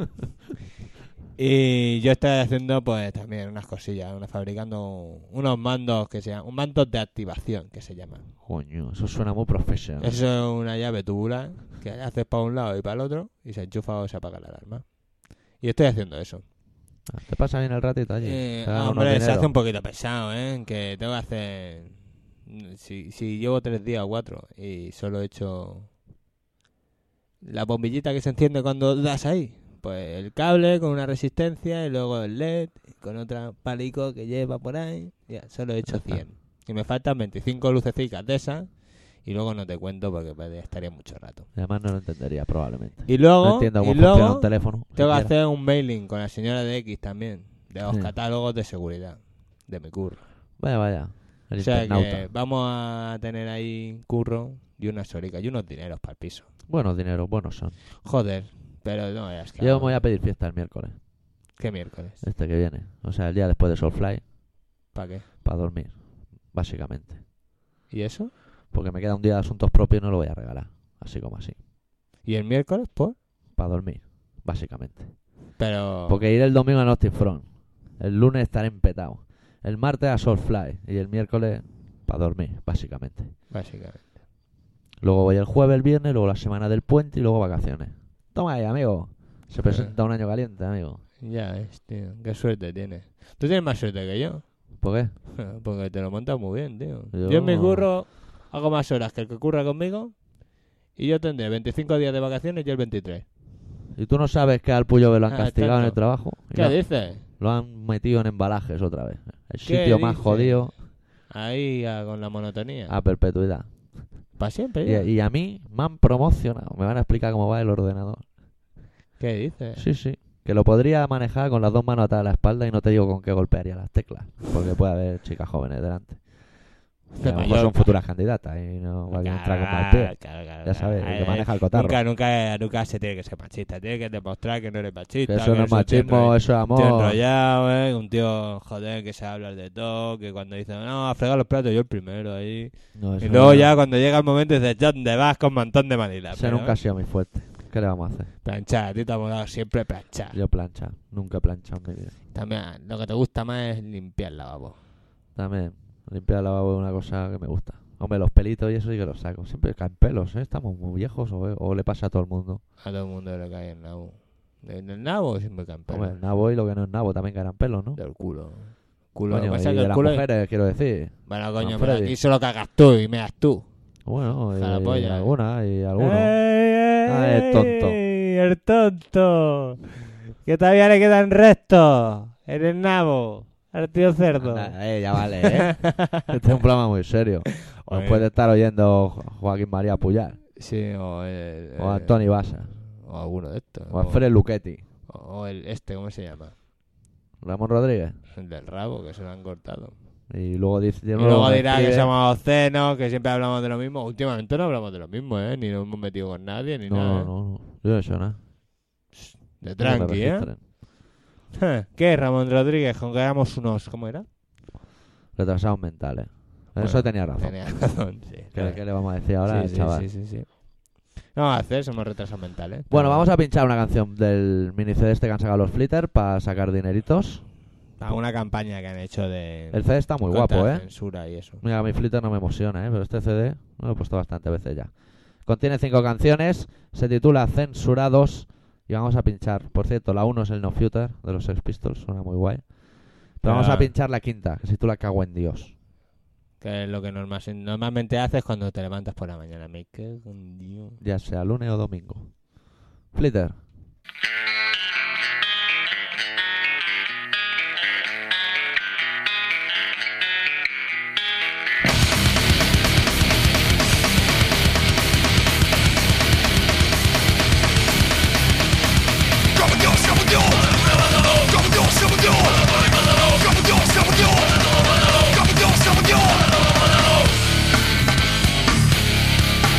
y yo estaba haciendo pues también unas cosillas, una- fabricando unos mandos que se llaman, un mando de activación que se llama.
Coño, eso suena muy profesional.
Eso es una llave tubular que haces para un lado y para el otro y se enchufa o se apaga la alarma. Y estoy haciendo eso.
Ah, Te pasa bien el ratito allí.
Eh,
Te dan unos
hombre, se
dineros.
hace un poquito pesado, ¿eh? Que tengo que hacer... mm, Si, si llevo tres días o cuatro y solo he hecho... La bombillita que se enciende cuando das ahí. Pues el cable con una resistencia y luego el LED con otra palico que lleva por ahí. Ya, solo he hecho
Ya está.
100. Y me faltan 25 lucecitas de esas. Y luego no te cuento porque pues, estaría mucho rato.
Y Además no lo entendería probablemente.
Y luego,
no entiendo cómo
y
funciona
luego
un teléfono.
tengo que
siquiera.
hacer un mailing con la señora de X también. De los
Sí.
catálogos de seguridad. De mi curro.
Vaya, vaya. El
o sea
internauta.
que vamos a tener ahí curro y unas soricas y unos dineros para el piso.
Buenos dineros, buenos son.
Joder, pero no es que.
Yo me voy a pedir fiesta el miércoles,
¿Qué miércoles?
este que viene. O sea, el día después de Soulfly,
¿Para qué?
para dormir, básicamente.
¿Y eso?
Porque me queda un día de asuntos propios y no lo voy a regalar. Así como así.
¿Y el miércoles? ¿Por?
Para dormir, básicamente.
Pero.
Porque iré el domingo a Nostin Front. El lunes estaré empetado. El martes a Soulfly. Y el miércoles para dormir, básicamente.
Básicamente.
Luego voy el jueves, el viernes, luego la semana del puente y luego vacaciones. Toma ahí, amigo. Se presenta un año caliente, amigo.
Ya es, tío. Qué suerte tienes. Tú tienes más suerte que yo.
¿Por qué?
Porque te lo montas muy bien, tío. Yo,
Yo-
en mi curro hago más horas que el que curra conmigo. Y yo tendré 25 días de vacaciones y el 23.
Y tú no sabes que al Puyo lo han
Ah,
castigado en
tanto.
el trabajo. Y
¿Qué
lo,
dices?
lo han metido en embalajes otra vez. El sitio más
dices?
jodido
Ahí ah, con la monotonía.
a perpetuidad.
Para siempre.
Y,
ya.
y a mí me han promocionado. Me van a explicar cómo va el ordenador.
¿Qué dices?
Sí, sí. Que lo podría manejar con las dos manos atrás de la espalda y no te digo con qué golpearía las teclas. Porque puede haber chicas jóvenes delante. Que a lo mejor
mayor.
son futuras candidatas y no va a entrar con mal
Claro,
pie.
claro, claro,
Ya
claro.
sabes, el
Ay,
que
ay,
maneja el cotarro.
Nunca, nunca, nunca se tiene que ser machista. Tiene que demostrar que no eres machista.
Que eso no
eres
es
un
machismo,
tío
eso es
enro- tío
amor.
enrollado, ¿eh? Un tío, joder, que sabe hablar de todo. Que cuando dice, no, a fregar los platos, yo el primero ahí.
No, eso
Y luego
no-
ya cuando llega el momento dices, ¿dónde vas con montón de manila?
Eso nunca ha sido muy fuerte. ¿Qué le vamos a hacer?
Planchar, a ti te ha molado siempre planchar.
Yo plancha. Nunca he planchado en mi vida.
También lo que te gusta más es limpiar el lavabo.
También, limpiar el lavabo es una cosa que me gusta. Hombre, los pelitos y eso sí que los saco. Siempre caen pelos, ¿eh? Estamos muy viejos o, o le pasa a todo el mundo.
A todo el mundo le cae el nabo. En el nabo siempre caen pelos.
Hombre, el nabo y lo que no es nabo también caerán pelos, ¿no?
Del culo. Culo,
Coño,
lo que
y
pasa es que
de
el
las
culo...
mujeres, quiero decir.
Bueno, coño, pero
Freddy.
aquí solo cagas tú y meas tú.
Bueno, y,
Jalapolla,
y
eh.
alguna, y alguno. Ah,
¡Ey,
el tonto.
ey, Eh, el tonto! Que todavía le quedan restos. En el nabo. Al tío cerdo.
Anda, eh, ya vale, ¿eh? este es un programa muy serio. Nos
Oye.
puede estar oyendo Jo- Joaquín María Puyar,
Sí, o el...
o
el-
Antoni Basa,
O alguno de estos.
o Alfred Luchetti,
o el este, ¿cómo se llama?
Ramón Rodríguez.
El del rabo, que se lo han cortado.
Y luego dice...
Y luego dirá que somos obscenos, que siempre hablamos de lo mismo. Últimamente no hablamos de lo mismo, ¿eh? Ni nos hemos metido con nadie, ni
No,
nada. ¿eh?
no, no. Yo no he hecho nada.
De
No me
tranqui, ¿eh?
registran.
¿Qué, Ramón Rodríguez? Con que éramos unos... ¿Cómo era?
Retrasados mentales.
Bueno,
Eso tenía razón.
Tenía razón, sí.
¿Qué, qué le vamos a decir ahora
sí,
al
sí,
chaval?
sí, sí, sí. No, vamos a hacer, somos retrasos mentales.
Bueno, vamos a pinchar una canción del mini CD este que han sacado los Flitter para sacar dineritos.
A una campaña que han hecho de...
El CD está muy
contra
guapo,
la
¿eh?
censura y eso.
Mira, mi Flitter no me emociona, ¿eh? Pero este CD no lo he puesto bastantes veces ya. Contiene cinco canciones, se titula Censurados y vamos a pinchar. Por cierto, la 1 es el No Future de los Sex Pistols, suena muy guay. Pero vamos
Ah.
a pinchar la quinta, que se titula Cago en Dios.
Que es lo que normal- normalmente haces cuando te levantas por la mañana. Me cago en Dios.
Ya sea lunes o domingo. Flitter.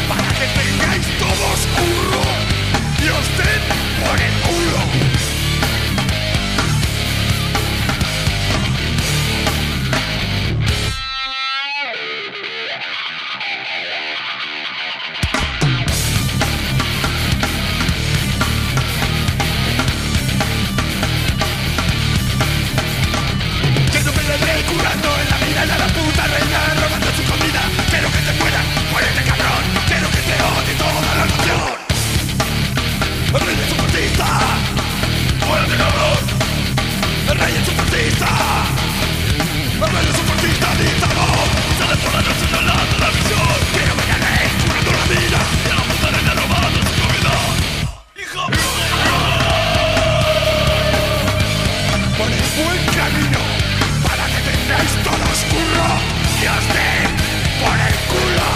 Para que tengáis todos curro y os den por el culo.
camino para que tengáis todos curro y os den por el culo.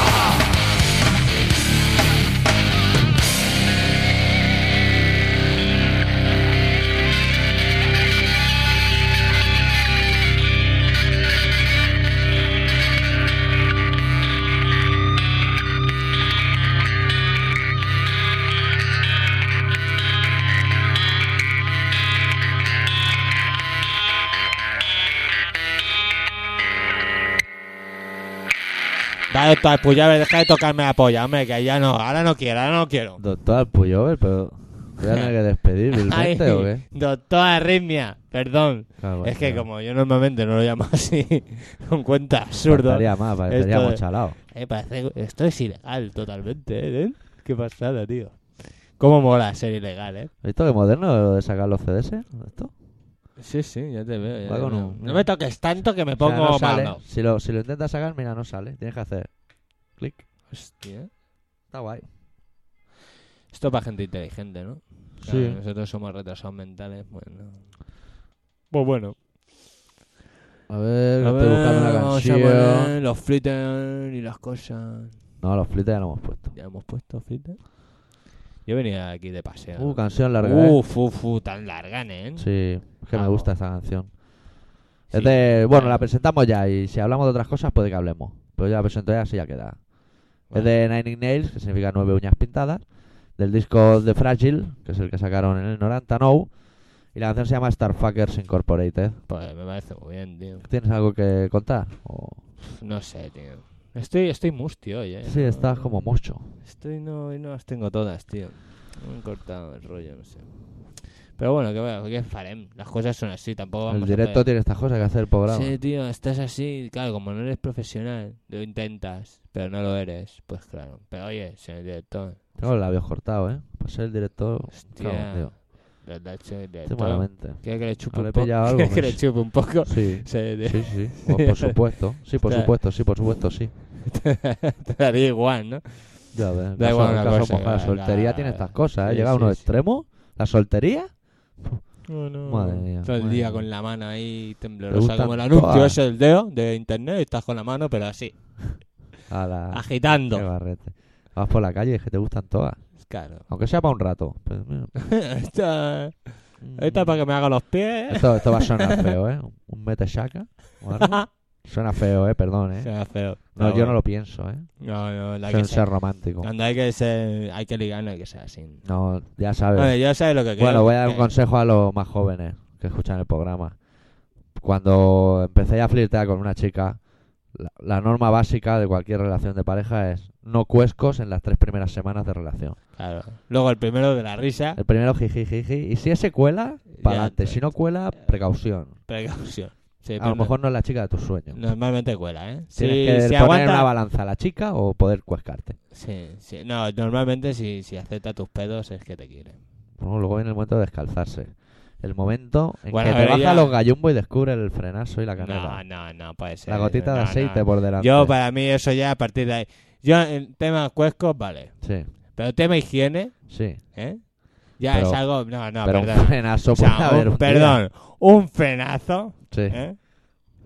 Dale tu al Puyover, deja de tocarme la polla, hombre, que ya no, ahora no quiero, ahora no quiero.
Doctor Alpuyover, pero. Voy a tener que despedir, Vilmente, ¿o qué?
doctor Arritmia, perdón.
Cago en
es que
Dios.
como yo normalmente no lo llamo así, con cuenta absurdo.
Parecería más, pareceríamos
Esto-
chalaos.
Eh, parece- esto es ilegal totalmente, ¿eh? Qué pasada, tío. ¿Cómo mola ser ilegal, eh?
¿Esto que moderno lo de sacar los CDs? ¿Esto?
Sí, sí, ya te veo.
ya Va te con veo. un-
No me toques tanto que me
O sea,
pongo
no sale.
malo.
Si lo, si lo intentas sacar, mira, no sale. Tienes que hacer clic.
Hostia.
Está guay.
Esto es para gente inteligente, ¿no? Claro,
Sí.
Nosotros somos retrasados mentales, bueno. Pues bueno.
A ver,
A
estoy buscando
ver,
una
vamos a
canción.
poner los flitters y las cosas.
No, los flites ya lo hemos puesto.
Ya hemos puesto flitters. Yo venía aquí de paseo.
Uh, canción larga. ¿eh?
Uf, uf, uf, tan larga, ¿eh?
Sí, es que me
Vamos.
gusta esta canción.
Sí.
Es de- bueno, la presentamos ya y si hablamos de otras cosas puede que hablemos. Pero ya la presento ya, así ya queda. Es
Vale.
de Nine Inch Nails, que significa nueve uñas pintadas, del disco The Fragile, que es el que sacaron en el 90 Now, y la canción se llama Starfuckers Incorporated.
Pues me parece muy bien, tío.
¿Tienes algo que contar? O-
No sé, tío. Estoy, estoy mustio hoy, eh.
Sí,
No-
estás como mocho.
Estoy, no, hoy no las tengo todas, tío. Me han cortado el rollo, no sé. Pero bueno, que bueno, que es farem. Las cosas son así, tampoco vamos
El
a
directo
hacer-
tiene estas cosas que hacer el programa.
Sí, tío, estás así. Claro, como no eres profesional, lo intentas, pero no lo eres. Pues claro. Pero oye, señor director.
Tengo los labios cortados, ¿eh? Para ser el director...
Hostia.
cago en Dios.
¿verdad, señor
Estoy
director?
malamente.
¿Quiere que le chupe
Ahora
un
he pillado
poco?
algo,
¿Quiere que le
pues.
chupe un poco?
Sí.
Se
Sí, sí. Bueno, por supuesto. Sí, por
Está-
supuesto, sí, por supuesto, sí.
te daría igual, ¿no?
Ya ves.
Da
la,
igual
sol-
una
la sol-
cosa,
la
la-
soltería
la-
tiene estas cosas, ¿eh?
Sí,
Llega a
sí,
unos
sí.
extremos. ¿La soltería? Madre
Madre
mía,
mía. Todo el
madre
día
mía.
con la mano ahí
Me
temblorosa,
gustan
como el anuncio
todas.
ese del dedo de internet, estás con la mano, pero así,
A la... Qué
agitando.
barrete. Vas por la calle es que te gustan todas.
Claro.
Aunque sea para un rato. Pero mira,
esta,
mm,
esta para que me haga los pies.
esto, esto va a sonar feo, ¿eh? Un mete shaca. o algo. Suena feo, ¿eh? Perdón, ¿eh?
Será feo.
No,
Pero
yo no
bueno.
lo pienso, ¿eh?
No, no, la
Soy
que
un
sea.
ser romántico.
Cuando hay que ser, hay que ligar, no hay que ser así.
No, ya sabes.
Vale, yo sé lo que Eh,
Bueno,
creo,
voy a dar un
que-
consejo a los más jóvenes que escuchan el programa. Cuando empecéis a flirtear con una chica, la, la norma básica de cualquier relación de pareja es no cuescos en las tres primeras semanas de relación.
Claro. Luego el primero de la risa,
El primero jiji jiji y si ese cuela, para
te-
adelante. Si no cuela, precaución.
precaución. Sí,
A
pero
lo mejor no es la chica de tus sueños.
Normalmente cuela, ¿eh?
Tienes que
si
poner en una
aguanta,
balanza a la chica o poder cuescarte.
Sí, sí. No, normalmente si, si acepta tus pedos es que te quiere.
Bueno, luego viene el momento de descalzarse. El momento en
Bueno,
que
a
te
ver,
baja
ya-
los gallumbos y descubre el frenazo y la
No,
canela.
no, no puede ser.
la gotita de
No,
aceite
no.
por delante.
Yo, para mí, eso ya a partir de ahí. Yo, en tema cuescos, vale.
Sí,
Pero tema higiene,
sí.
¿eh? Ya
Pero-
es algo. No, no,
pero un
Ah, perdón.
frenazo
O sea,
puede haber
un-
un día.
perdón, un frenazo,
Sí.
¿eh?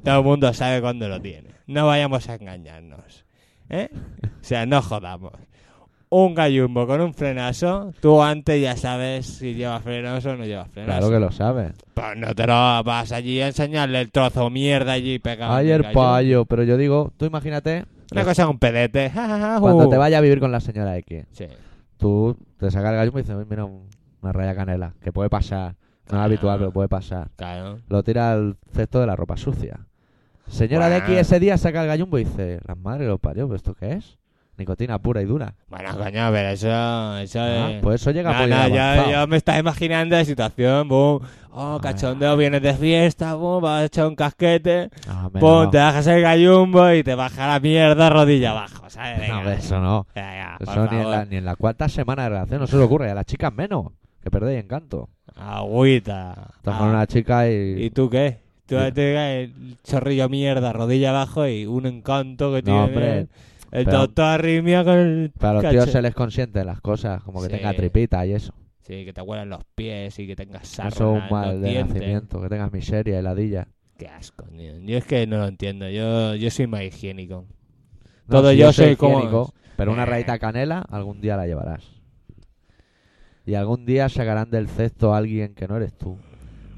Todo el mundo sabe cuándo lo tiene. No vayamos a engañarnos. ¿eh? O sea, no jodamos. Un gallumbo con un frenazo, tú antes ya sabes si lleva frenazo o no lleva frenazo.
Claro que lo sabes.
Pues no te lo vas allí a enseñarle el trozo de mierda allí pegado. en el
Ayer
gallo.
payo, pero yo digo, tú imagínate
Una cosa con pedete. ja, ja, ja,
cuando
uh.
te vayas a vivir con la señora X.
Sí.
Tú te sacas el gallo y dices, "Uy, mira, un- una raya canela, que puede pasar. No es
Ah.
habitual, pero puede pasar.
Claro.
Lo tira al cesto de la ropa sucia. Señora de X
Buah.
ese día saca el gallumbo y dice, las madres lo parió, ¿pero esto qué es? Nicotina pura y dura.
Bueno, coño, pero eso. eso
Ah,
es-
pues eso llega
No,
muy
no, yo,
avanzado.
yo me estaba imaginando la situación, boom. Oh,
Ay.
cachondeo, vienes de fiesta, boom, vas a echar un casquete,
Ah, hombre,
boom,
no.
te bajas el gallumbo y te baja la mierda rodilla abajo, ¿sabes?
No,
Venga,
hombre, eso no.
venga, por
Eso ni en,
favor.
la, ni en la cuarta semana de relación no se le ocurre, y a las chicas menos, que perdéis encanto.
Agüita.
Estás
Ah,
con una chica y.
¿Y tú qué? Tú
Yo-
te pegas el chorrillo mierda, rodilla abajo y un encanto que
no,
tiene.
hombre,
el
pero-
doctor arrimia con el.
para los
cacho-
tíos se les consienten las cosas, como que
Sí.
tenga tripita y eso.
Sí, que te huelan los pies y que tengas sarro.
eso es
en
un mal
los
de
dientes.
nacimiento, que tengas miseria y ladilla.
Qué asco, tío. Yo es que no lo entiendo. Yo, yo soy más higiénico.
No,
Todo
si
yo soy como-
higiénico, Pero una
Eh.
rayita canela algún día la llevarás. Y algún día sacarán del cesto a alguien que no eres tú.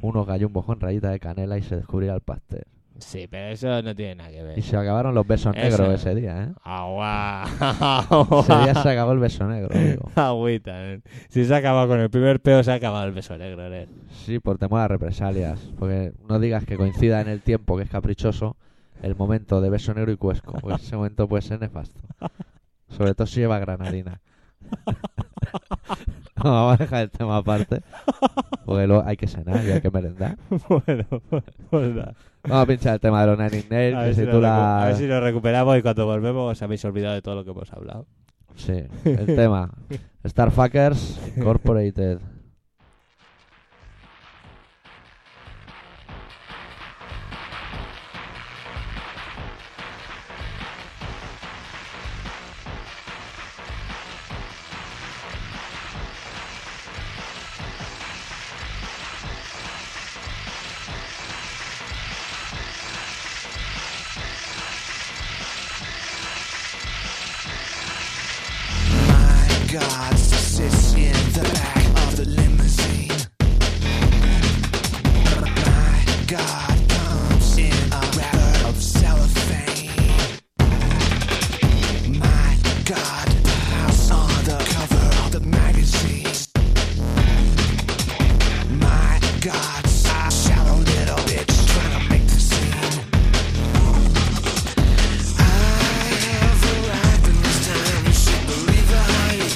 Unos gallumbos con rayita de canela y se descubrirá el pastel.
Sí, pero eso no tiene nada que ver.
Y se acabaron los besos
Eso.
negros ese día, ¿eh?
Agua.
Ese día se acabó el beso negro, digo.
Agüita. nen. Si se ha acabado con el primer peo, se ha acabado el beso negro. eh. nen.
Sí, por temor a represalias. Porque no digas que coincida en el tiempo, que es caprichoso, el momento de beso negro y cuesco. Porque ese momento puede ser nefasto. Sobre todo si lleva granadina. No, vamos a dejar el tema aparte. Porque luego hay que cenar y hay que merendar.
bueno, pues, pues nada.
Vamos a pinchar el tema de los Nine Inch Nails,
A
que
ver, si
si
lo
tú
recu-
la-
a ver si lo recuperamos y cuando volvemos os habéis olvidado de todo lo que hemos hablado.
Sí, el tema. Starfuckers Incorporated.
My God sits in the back of the limousine. My God comes in a wrapper of cellophane. My God house on the cover of the magazine. My God, a shallow little bitch trying to make the scene. I have arrived and this time you should believe the hype.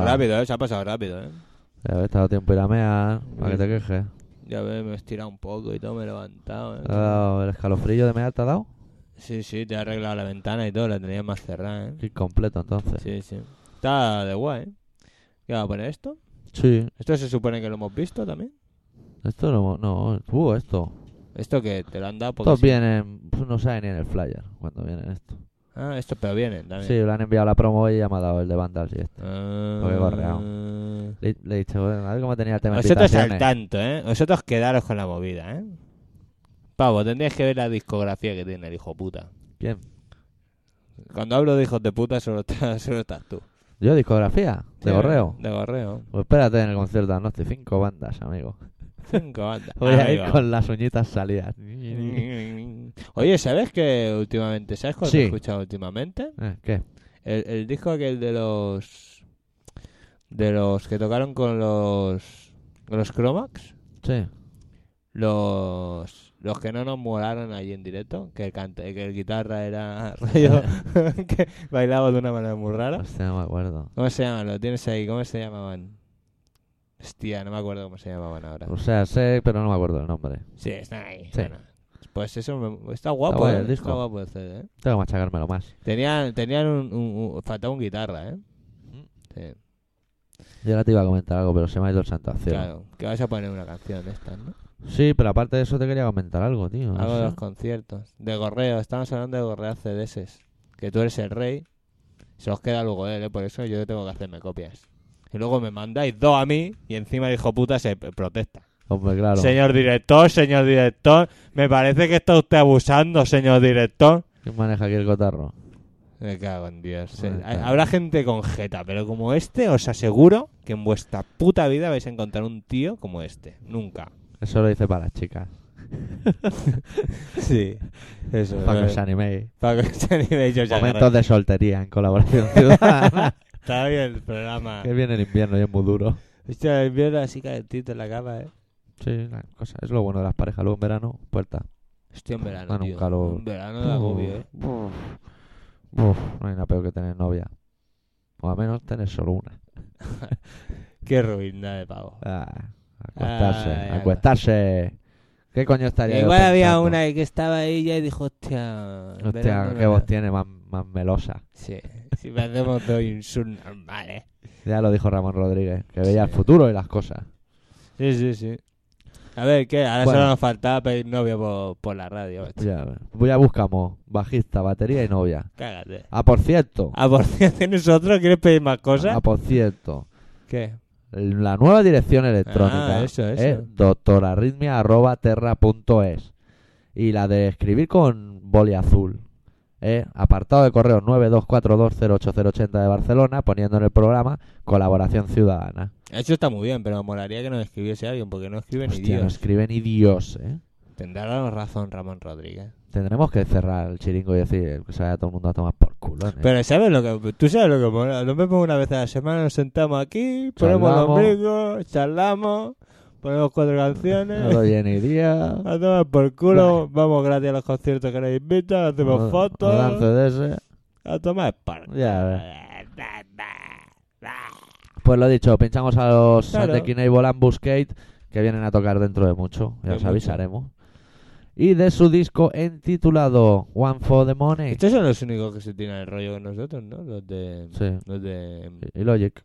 rápido, ¿eh? Se ha pasado rápido, ¿eh?
Ya ves, te ha dado tiempo a ir a mear, para que te quejes.
Ya ves, me he estirado un poco y todo, me he levantado. ¿eh?
¿Te ha dado el escalofrío de mear te ha dado?
Sí, sí, te he arreglado la ventana y todo, la tenías más cerrada, ¿eh?
Qué Incompleto, entonces.
Sí, sí. Está de guay, ¿eh? ¿Qué va a poner esto?
Sí.
¿Esto se supone que lo hemos visto también?
Esto no... No, uh, esto.
¿Esto que te lo han dado? Porque
Estos
sí?
vienen... No sale ni en el flyer cuando vienen esto.
Ah, esto, pero vienen también.
Sí, le han enviado la promo y ya me ha dado el de Vandals y este.
Ah,
Lo veo barreado. Le, le he dicho, bueno, a ver cómo tenía el tema de
Vosotros al
invitaciones.
tanto, ¿eh? Vosotros quedaros con la movida, ¿eh? Pavo, tendrías que ver la discografía que tiene el hijo puta.
¿Quién?
Cuando hablo de hijos de puta, solo, está- solo estás tú.
Yo, discografía, de
Sí,
correo.
De gorreo.
Pues espérate en el concierto de Agnosti, cinco bandas, amigo.
Cinco bandas.
Voy a ir
Amigo.
con las uñitas salidas. Eh,
Oye, ¿sabes qué últimamente? ¿Sabes cuál
Sí.
he escuchado últimamente?
Eh, ¿Qué?
El, el disco aquel de los. De los que tocaron con los. Con los Cromax.
Sí.
Los. Los que no nos molaron allí en directo. Que el, cante, que el guitarra era. rollo que bailaba de una manera muy rara.
Hostia, no me acuerdo.
¿Cómo se llaman? Lo tienes ahí. ¿Cómo se llamaban? Hostia, no me acuerdo cómo se llamaban ahora.
O sea, sé, pero no me acuerdo el nombre.
Sí, está ahí.
Sí.
Bueno, pues eso me- está guapo,
guay
¿eh?
el disco.
Está guapo el CD, ¿eh?
Tengo que machacármelo más.
Tenían, tenían un, un- un- faltaba un guitarra, ¿eh? Sí,
Yo ahora te iba a comentar algo, pero se me ha ido el santo al cielo.
claro. Que vas a poner una canción de estas, ¿no?
Sí, pero aparte de eso te quería comentar algo, tío. no
Algo de
sé.
los conciertos. De Gorreo, estamos hablando de Gorreo CDS. Que tú eres el rey. Se os queda luego él, ¿eh? Por eso yo tengo que hacerme copias. Y luego me mandáis dos a mí y encima el hijo puta se p- protesta.
Hombre, claro.
Señor director, señor director, me parece que está usted abusando, señor director.
¿Quién maneja aquí el cotarro?
Me cago en Dios. Se-
Vale,
hay-
claro.
Habrá gente con jeta, pero como este, os aseguro que en vuestra puta vida vais a encontrar un tío como este. Nunca.
Eso lo dice para las chicas.
Sí. Eso.
Para que os animéis.
Para que os animéis, yo os
Momentos
agarro.
de soltería en colaboración ciudadana.
Está bien el programa.
que viene el invierno y es muy duro.
Hostia, el viernes así calentito en la cama, eh.
Sí, la cosa. Es lo bueno de las parejas. Luego en verano, puerta.
Hostia, en verano,
Bueno, un
tío.
calor.
Un verano de agobio, eh.
Uf. Uf, no hay nada peor que tener novia. O al menos tener solo una.
Qué ruindad de pavo.
Ah, acostarse,
Ay, ay,
acostarse. ¿Qué coño estaría yo
Igual había
pensando?
una que estaba ahí ya y dijo, hostia... en verano
Hostia,
no
qué voz
era-
tiene más, más melosa.
Sí, si me hacemos dos insultos normales.
Ya lo dijo Ramón Rodríguez, que veía el
Sí.
futuro y las cosas.
Sí, sí, sí. A ver, ¿qué? Ahora
Bueno.
solo nos faltaba pedir novio por, por la radio. macho.
Ya, ya buscamos bajista, batería y novia.
Cágate.
Ah, por cierto.
Ah, por cierto, ¿tienes otro? ¿Quieres pedir más cosas?
Ah, por cierto.
¿Qué?
La nueva dirección electrónica ¿eh?
Ah, eso, eso.
es doctorarritmia.terra.es y la de escribir con boli azul es apartado de correo 924208080 de Barcelona poniendo en el programa colaboración ciudadana.
Eso está muy bien, pero me molaría que nos escribiese alguien, porque no escribe ni
Hostia, no
Dios.
escribe ni Dios, ¿eh?
Tendrá razón Ramón Rodríguez.
Tendremos que cerrar el chiringo y decir que se vaya todo el mundo a tomar por culo. ¿eh?
Pero ¿sabes lo que...? Tú sabes lo que mola. Nos vemos una vez a la semana, nos sentamos aquí, ponemos los
Charlamos.
ombligos, charlamos, ponemos cuatro
no lo
canciones...
oye ni Dios.
A tomar por culo, vamos gratis a los conciertos que nos invitan, hacemos
No-
fotos...
no dan CDs. ¿eh?
A tomar par.
Ya Pues lo dicho, pinchamos a los
Claro.
Satekina y Volan Buscate, que vienen a tocar dentro de mucho, ya
De
os
mucho.
avisaremos. Y de su disco entitulado One for the Money.
Estos son los únicos que se tiran el rollo con nosotros, ¿no? Los de.
Sí,
Los de.
y Logic,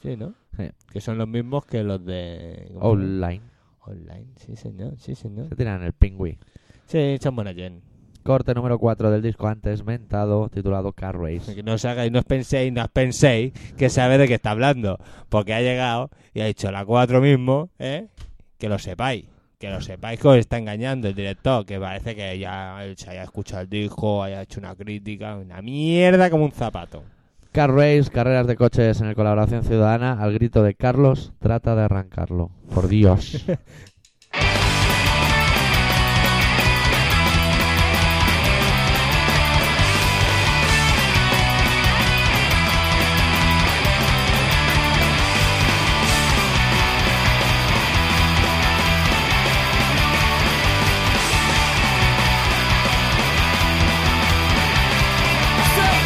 Sí, ¿no?
Sí.
Que son los mismos que los de. ¿cómo se llama?
Online.
Online, sí, señor, sí, señor.
Se tiran el pingüí.
Sí, son buena gente.
Corte número 4 del disco antes mentado, titulado Car Race.
Que no os hagáis, no os penséis, no os penséis que sabe de qué está hablando. Porque ha llegado y ha dicho la 4 mismo, ¿eh? Que lo sepáis. Que lo sepáis que os está engañando el director. Que parece que ya se haya escuchado el disco, haya hecho una crítica, una mierda como un zapato.
Car Race, carreras de coches en el colaboración ciudadana, al grito de Carlos, trata de arrancarlo. Por Dios.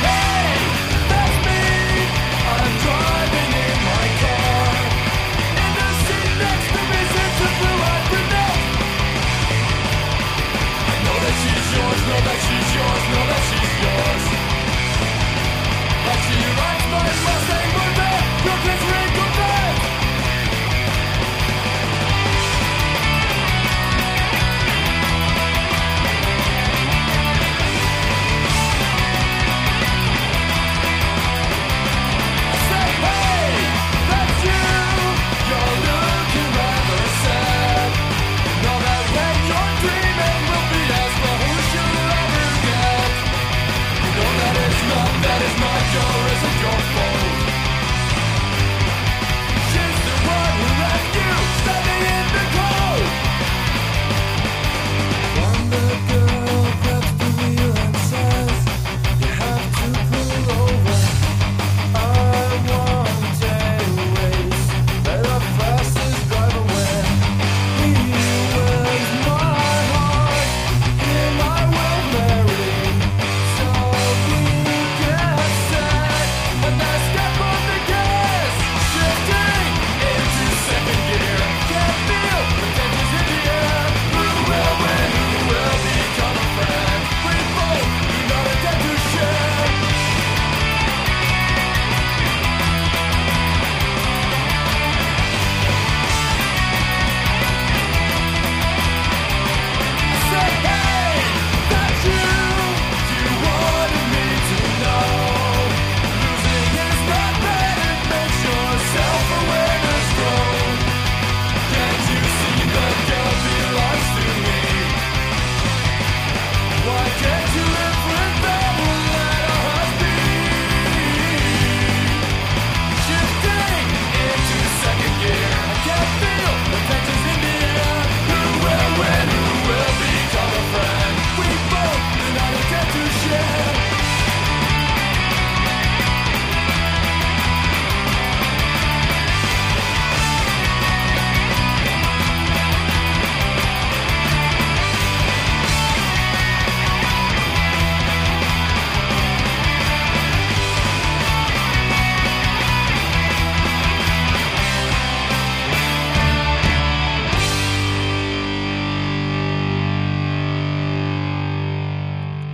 Hey, that's me. I'm driving in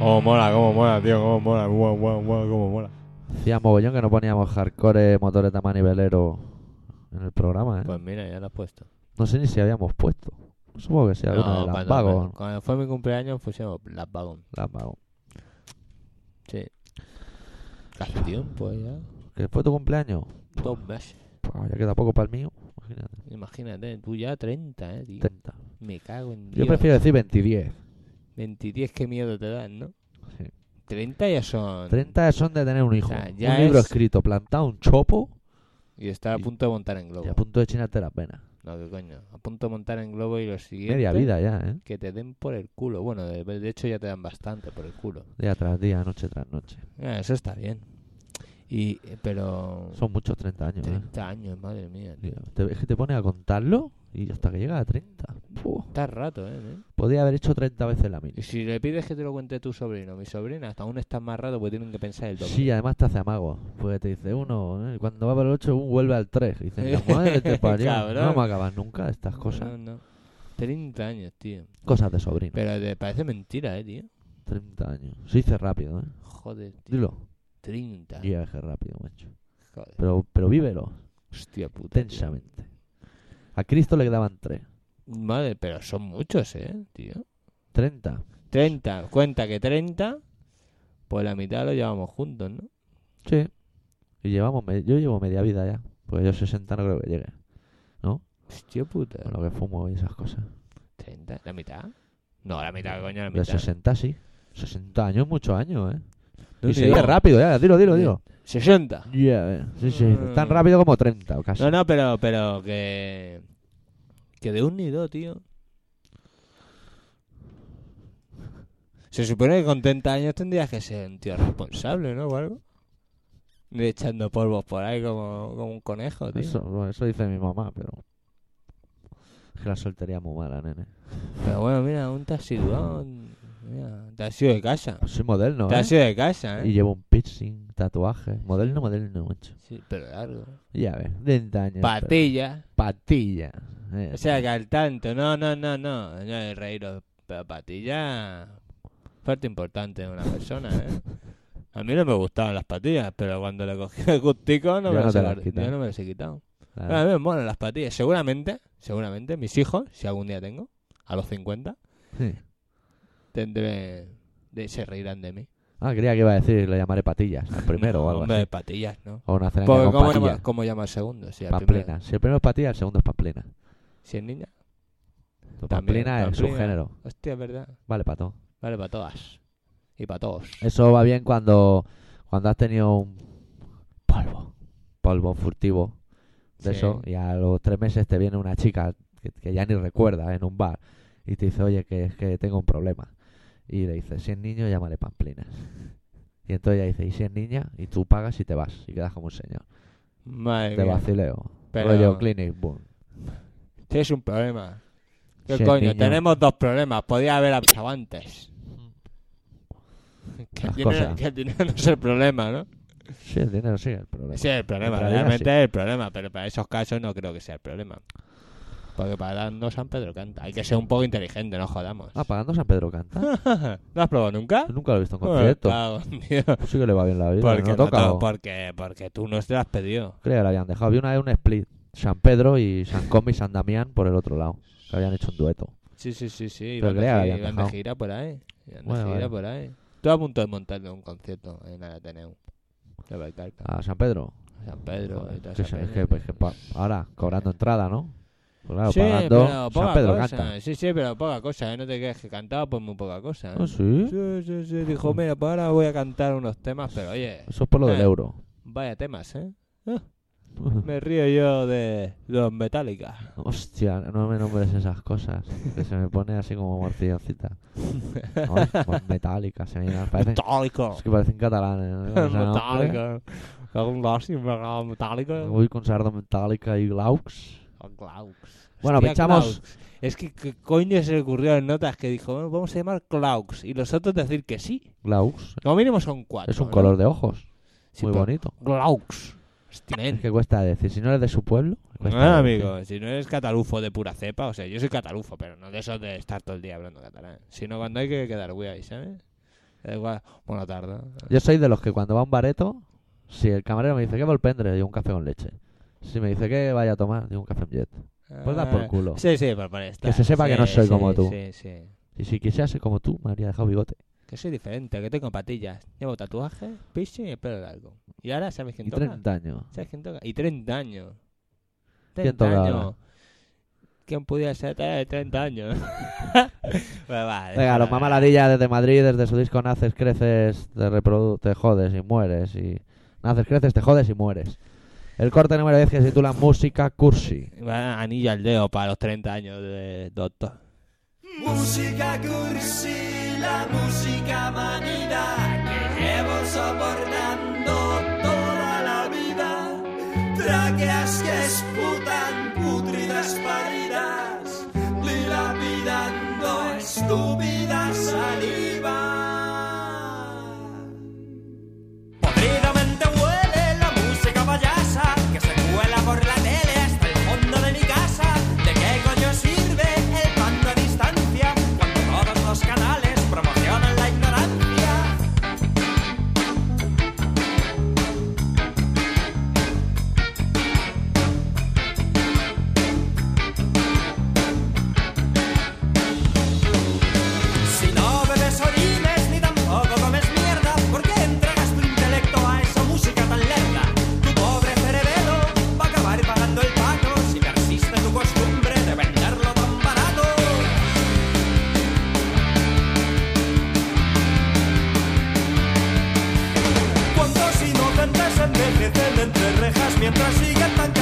Oh, mola, cómo mola, tío, cómo mola. Guau, guau, guau, cómo mola.
Hacía mogollón que no poníamos hardcore, motoreta manivelero en el programa, ¿eh?
Pues mira, ya lo has puesto.
No sé ni si habíamos puesto. Supongo que sí, alguna de las
cuando,
Vagon.
cuando fue mi cumpleaños pusimos las Vagon.
Las Vagon.
Sí. Hace tiempo pues, ya.
¿Que fue tu cumpleaños?
Dos meses.
Pues ya queda poco para el mío. Imagínate.
Imagínate, tú ya 30, eh, tío.
30.
Me cago en
Yo
Dios.
prefiero decir 2010.
20 qué miedo te dan, ¿no?
Sí.
30 ya son.
30 son de tener un hijo.
sea, ya
un libro
es-
escrito, plantado, un chopo
Y estaba a
Y-
punto de montar en globo.
y a punto de chinarte las venas.
No, qué coño. A punto de montar en globo y este? lo siguiente.
Media vida ya, ¿eh?
Que te den por el culo. Bueno, de, de hecho ya te dan bastante por el culo.
Día tras día, noche tras noche.
Ah, eso está bien. Y, eh, pero.
Son muchos 30 años, ¿eh?
30 años, madre mía. tío.
Tío, te- es que te pones a contarlo y hasta que llega a 30. Buah.
Está rato, ¿eh? nen?
Podía haber hecho 30 veces la
Y
mil.
si le pides que te lo cuente tu sobrino, mi sobrina, hasta aún está más rato porque tienen que pensar el doble.
Sí, además te hace amago. Porque te dice uno, ¿eh? cuando va para el 8, un vuelve al 3. Y dice, la madre te parió.
Cabrón.
No me acabas nunca de estas cosas.
No, no. 30 años, tío.
Cosas de sobrino.
Pero te parece mentira, eh, tío.
30 años. Se dice rápido, ¿eh?
Joder, tío.
Dilo.
30.
Yo ya dejé rápido, macho.
Joder.
Pero, pero vívelo,
Hostia puta. tío.
tensamente. A Cristo le quedaban 3.
Madre, pero son muchos, eh, tío.
30.
30. Cuenta que 30, pues la mitad lo llevamos juntos, ¿no?
Sí. Y llevamos, me- yo llevo media vida ya. Porque yo 60 no creo que llegue.
Hostia puta.
Con lo que fumo y esas cosas.
30. ¿La mitad? No, la mitad, coño, la
Pero
mitad.
60 sí. 60 años, muchos años, ¿eh?
No,
y
te
se dice
digo.
rápido, ya. Dilo, dilo, dilo.
60.
Yeah, eh. sí, sí.
Mm.
Tan rápido como 30 o casi.
No, no, pero, pero que. Que de un nido, tío. Se supone que con 30 años tendrías que ser un tío responsable, ¿no? O algo. Ir Echando polvos por ahí como, como un conejo, tío.
eso, bueno, eso dice mi mamá, pero. Es que la soltería es muy mala, nene.
Pero bueno, mira, un taxidón. Mira, te has ido de casa.
Soy moderno,
Te
¿eh?
has ido de casa,
Y
¿eh?
llevo un piercing, tatuaje. Moderno, moderno, macho.
Sí, pero largo.
Ya ves, 30 años. pero-
Patilla.
Patilla. eh.
O sea, que al tanto. No, no, no, no. No es reíros. Pero patilla. Parte importante de una persona, ¿eh? A mí no me gustaban las patillas, pero cuando le cogí el gustico no
Ya
me
no
las
te
he
las Ah.
guard-
quitas.
yo no me las he quitado.
Claro.
Pero a mí me molan las patillas. Seguramente, seguramente, mis hijos, si algún día tengo, a los 50,
Sí.
tendré... De, se reirán de mí.
Ah, creía que iba a decir, le llamaré patillas al primero
No,
o algo
hombre,
así.
patillas, ¿no?
O una cena
Porque
con
¿cómo,
patillas.
llama, ¿Cómo llama al segundo? Si, al primero,
Pamplina. Si el primero es patilla, el segundo es pamplina.
si es niña.
Tu
También,
Pamplina es
pamplina.
su género.
Hostia, es verdad.
Vale, pato.
Vale, para todas. Y para todos.
Eso va bien cuando, cuando has tenido un polvo. Polvo furtivo. De
Sí.
eso. Y a los tres meses te viene una chica que, que ya ni recuerda ¿eh? en un bar. Y te dice, oye, que es que tengo un problema. Y le dices, si es niño, llámale pamplinas. Y entonces ella dice, y si es niña, y tú pagas y te vas. Y quedas como un señor.
Madre
Te
mía.
vacileo.
Pero-
Rollo Clinic, boom.
Tienes un problema. ¿Qué
Si es
coño?
niño.
Tenemos dos problemas. Podía haber avisado antes. Que, el
Las
dinero,
cosas.
que el dinero no es el problema, ¿no?
Sí, el dinero sí es el problema.
Sí, es el problema.
Pero ya
Realmente
sí.
es el problema. Pero para esos casos no creo que sea el problema. Porque para darnos San Pedro canta. Hay que ser un poco inteligente, no jodamos.
Ah, pagando San Pedro canta.
¿No has probado nunca?
Nunca lo he visto en
Bueno,
concierto.
cago en Dios.
Pues sí que le va bien la vida.
Porque,
no
no
toca.
to-
o-
porque, porque tú no te lo has pedido.
Creo que la habían dejado. Vi una vez un split. San Pedro y San Combi y San Damián por el otro lado. Que habían hecho un dueto.
Sí, sí, sí, sí.
Pero
Iban de,
creo que
gira,
habían
iban de
dejado.
gira por ahí. Iban
Bueno,
de gira
vale.
por ahí. Estuve a punto de montarle un concierto en el Ateneu. De Valcarca.
A San Pedro.
Ah, San Pedro
Ah, Joder,
y toda
que
esa
se- es
peña,
que,
¿no?
pues, que pa- ahora cobrando entrada, ¿no? Pues claro,
sí,
pagando.
pero poca
San Pedro
cosa. eh.
canta.
Sí, sí, pero poca cosa, ¿eh? No te creas que cantaba pues muy poca cosa, ¿eh?
Ah, sí.
Sí, sí, sí. Dijo, mira, pues ahora voy a cantar unos temas, pero oye,
Eso es por lo del
Eh.
euro.
vaya temas, ¿eh? Me río yo de los Metallica.
Hostia, no me nombres esas cosas. Que se me pone así como morcilloncita. Ay, pues, metálica, se me viene- parece-
Metallica.
Es que parecen catalanes. ¿no? O sea, no, hombre.
Metallica. Algún lástima, Metallica.
Voy con sardo metálica y Glaux.
A Glaux.
Bueno,
Hostia,
pinchamos-
Glaux. Es que, que coño se le ocurrió en notas que dijo, "Bueno, vamos a llamar Claux. Y los otros decir que sí.
Glaux.
Como mínimo son cuatro.
Es un
¿no?
color de ojos.
Sí,
Muy
pero-
bonito.
Glaux. Hostia, men.
Es que cuesta decir. Si no eres de su pueblo. cuesta
Ah,
decir.
amigo, si no eres catalufo de pura cepa, o sea, yo soy catalufo, pero no de esos de estar todo el día hablando catalán. Sino cuando hay que quedar guay, ¿sabes? Da igual. Buena tarde.
Yo soy de los que cuando va a un bareto, si el camarero me dice que va el pendre, digo un café con leche. Si me dice que vaya a tomar, digo un café en jet. Pues da por
Ah,
culo.
Sí, sí, por, por estar.
se sepa que no
Sí,
soy
sí,
como tú.
Sí, sí.
Y si quisiera ser como tú, me habría dejado bigote.
Que soy diferente, que tengo patillas. Llevo tatuaje, piercing y el pelo largo. Y ahora, ¿sabes quién
Y
toca?
30 años.
¿Sabes quién toca? Y 30 años.
¿Quién
30
toca ahora?
años. ¿Quién pudiera ser de 30 años? bueno, vale.
Venga, los mamaladillas desde Madrid, desde su disco Naces, creces, te, reprodu te jodes y mueres. y Naces, creces, te jodes y mueres. El corte número 10 que se titula Música Cursi.
Va, Anillo al dedo para los 30 años de doctor.
Música cursi, la música manida que llevo soportando toda la vida. Traqueas que esputan putridas paridas, dilapidando estúpida saliva.
Podridamente huele la música payasa que se cuela por la tele hasta el fondo de mi casa. ¿De qué coño sirve el mando a distancia cuando todos los canales promocionan la ignorancia? Si no bebes orines ni tampoco comes mierda, ¿por qué entregas tu intelecto a esa música tan lerda? Tu pobre cerebelo va a acabar pagando el pato si persiste tu costumbre de venderlo tan barato. ¿Cuántos inocentes envejecen entre rejas mientras siguen tan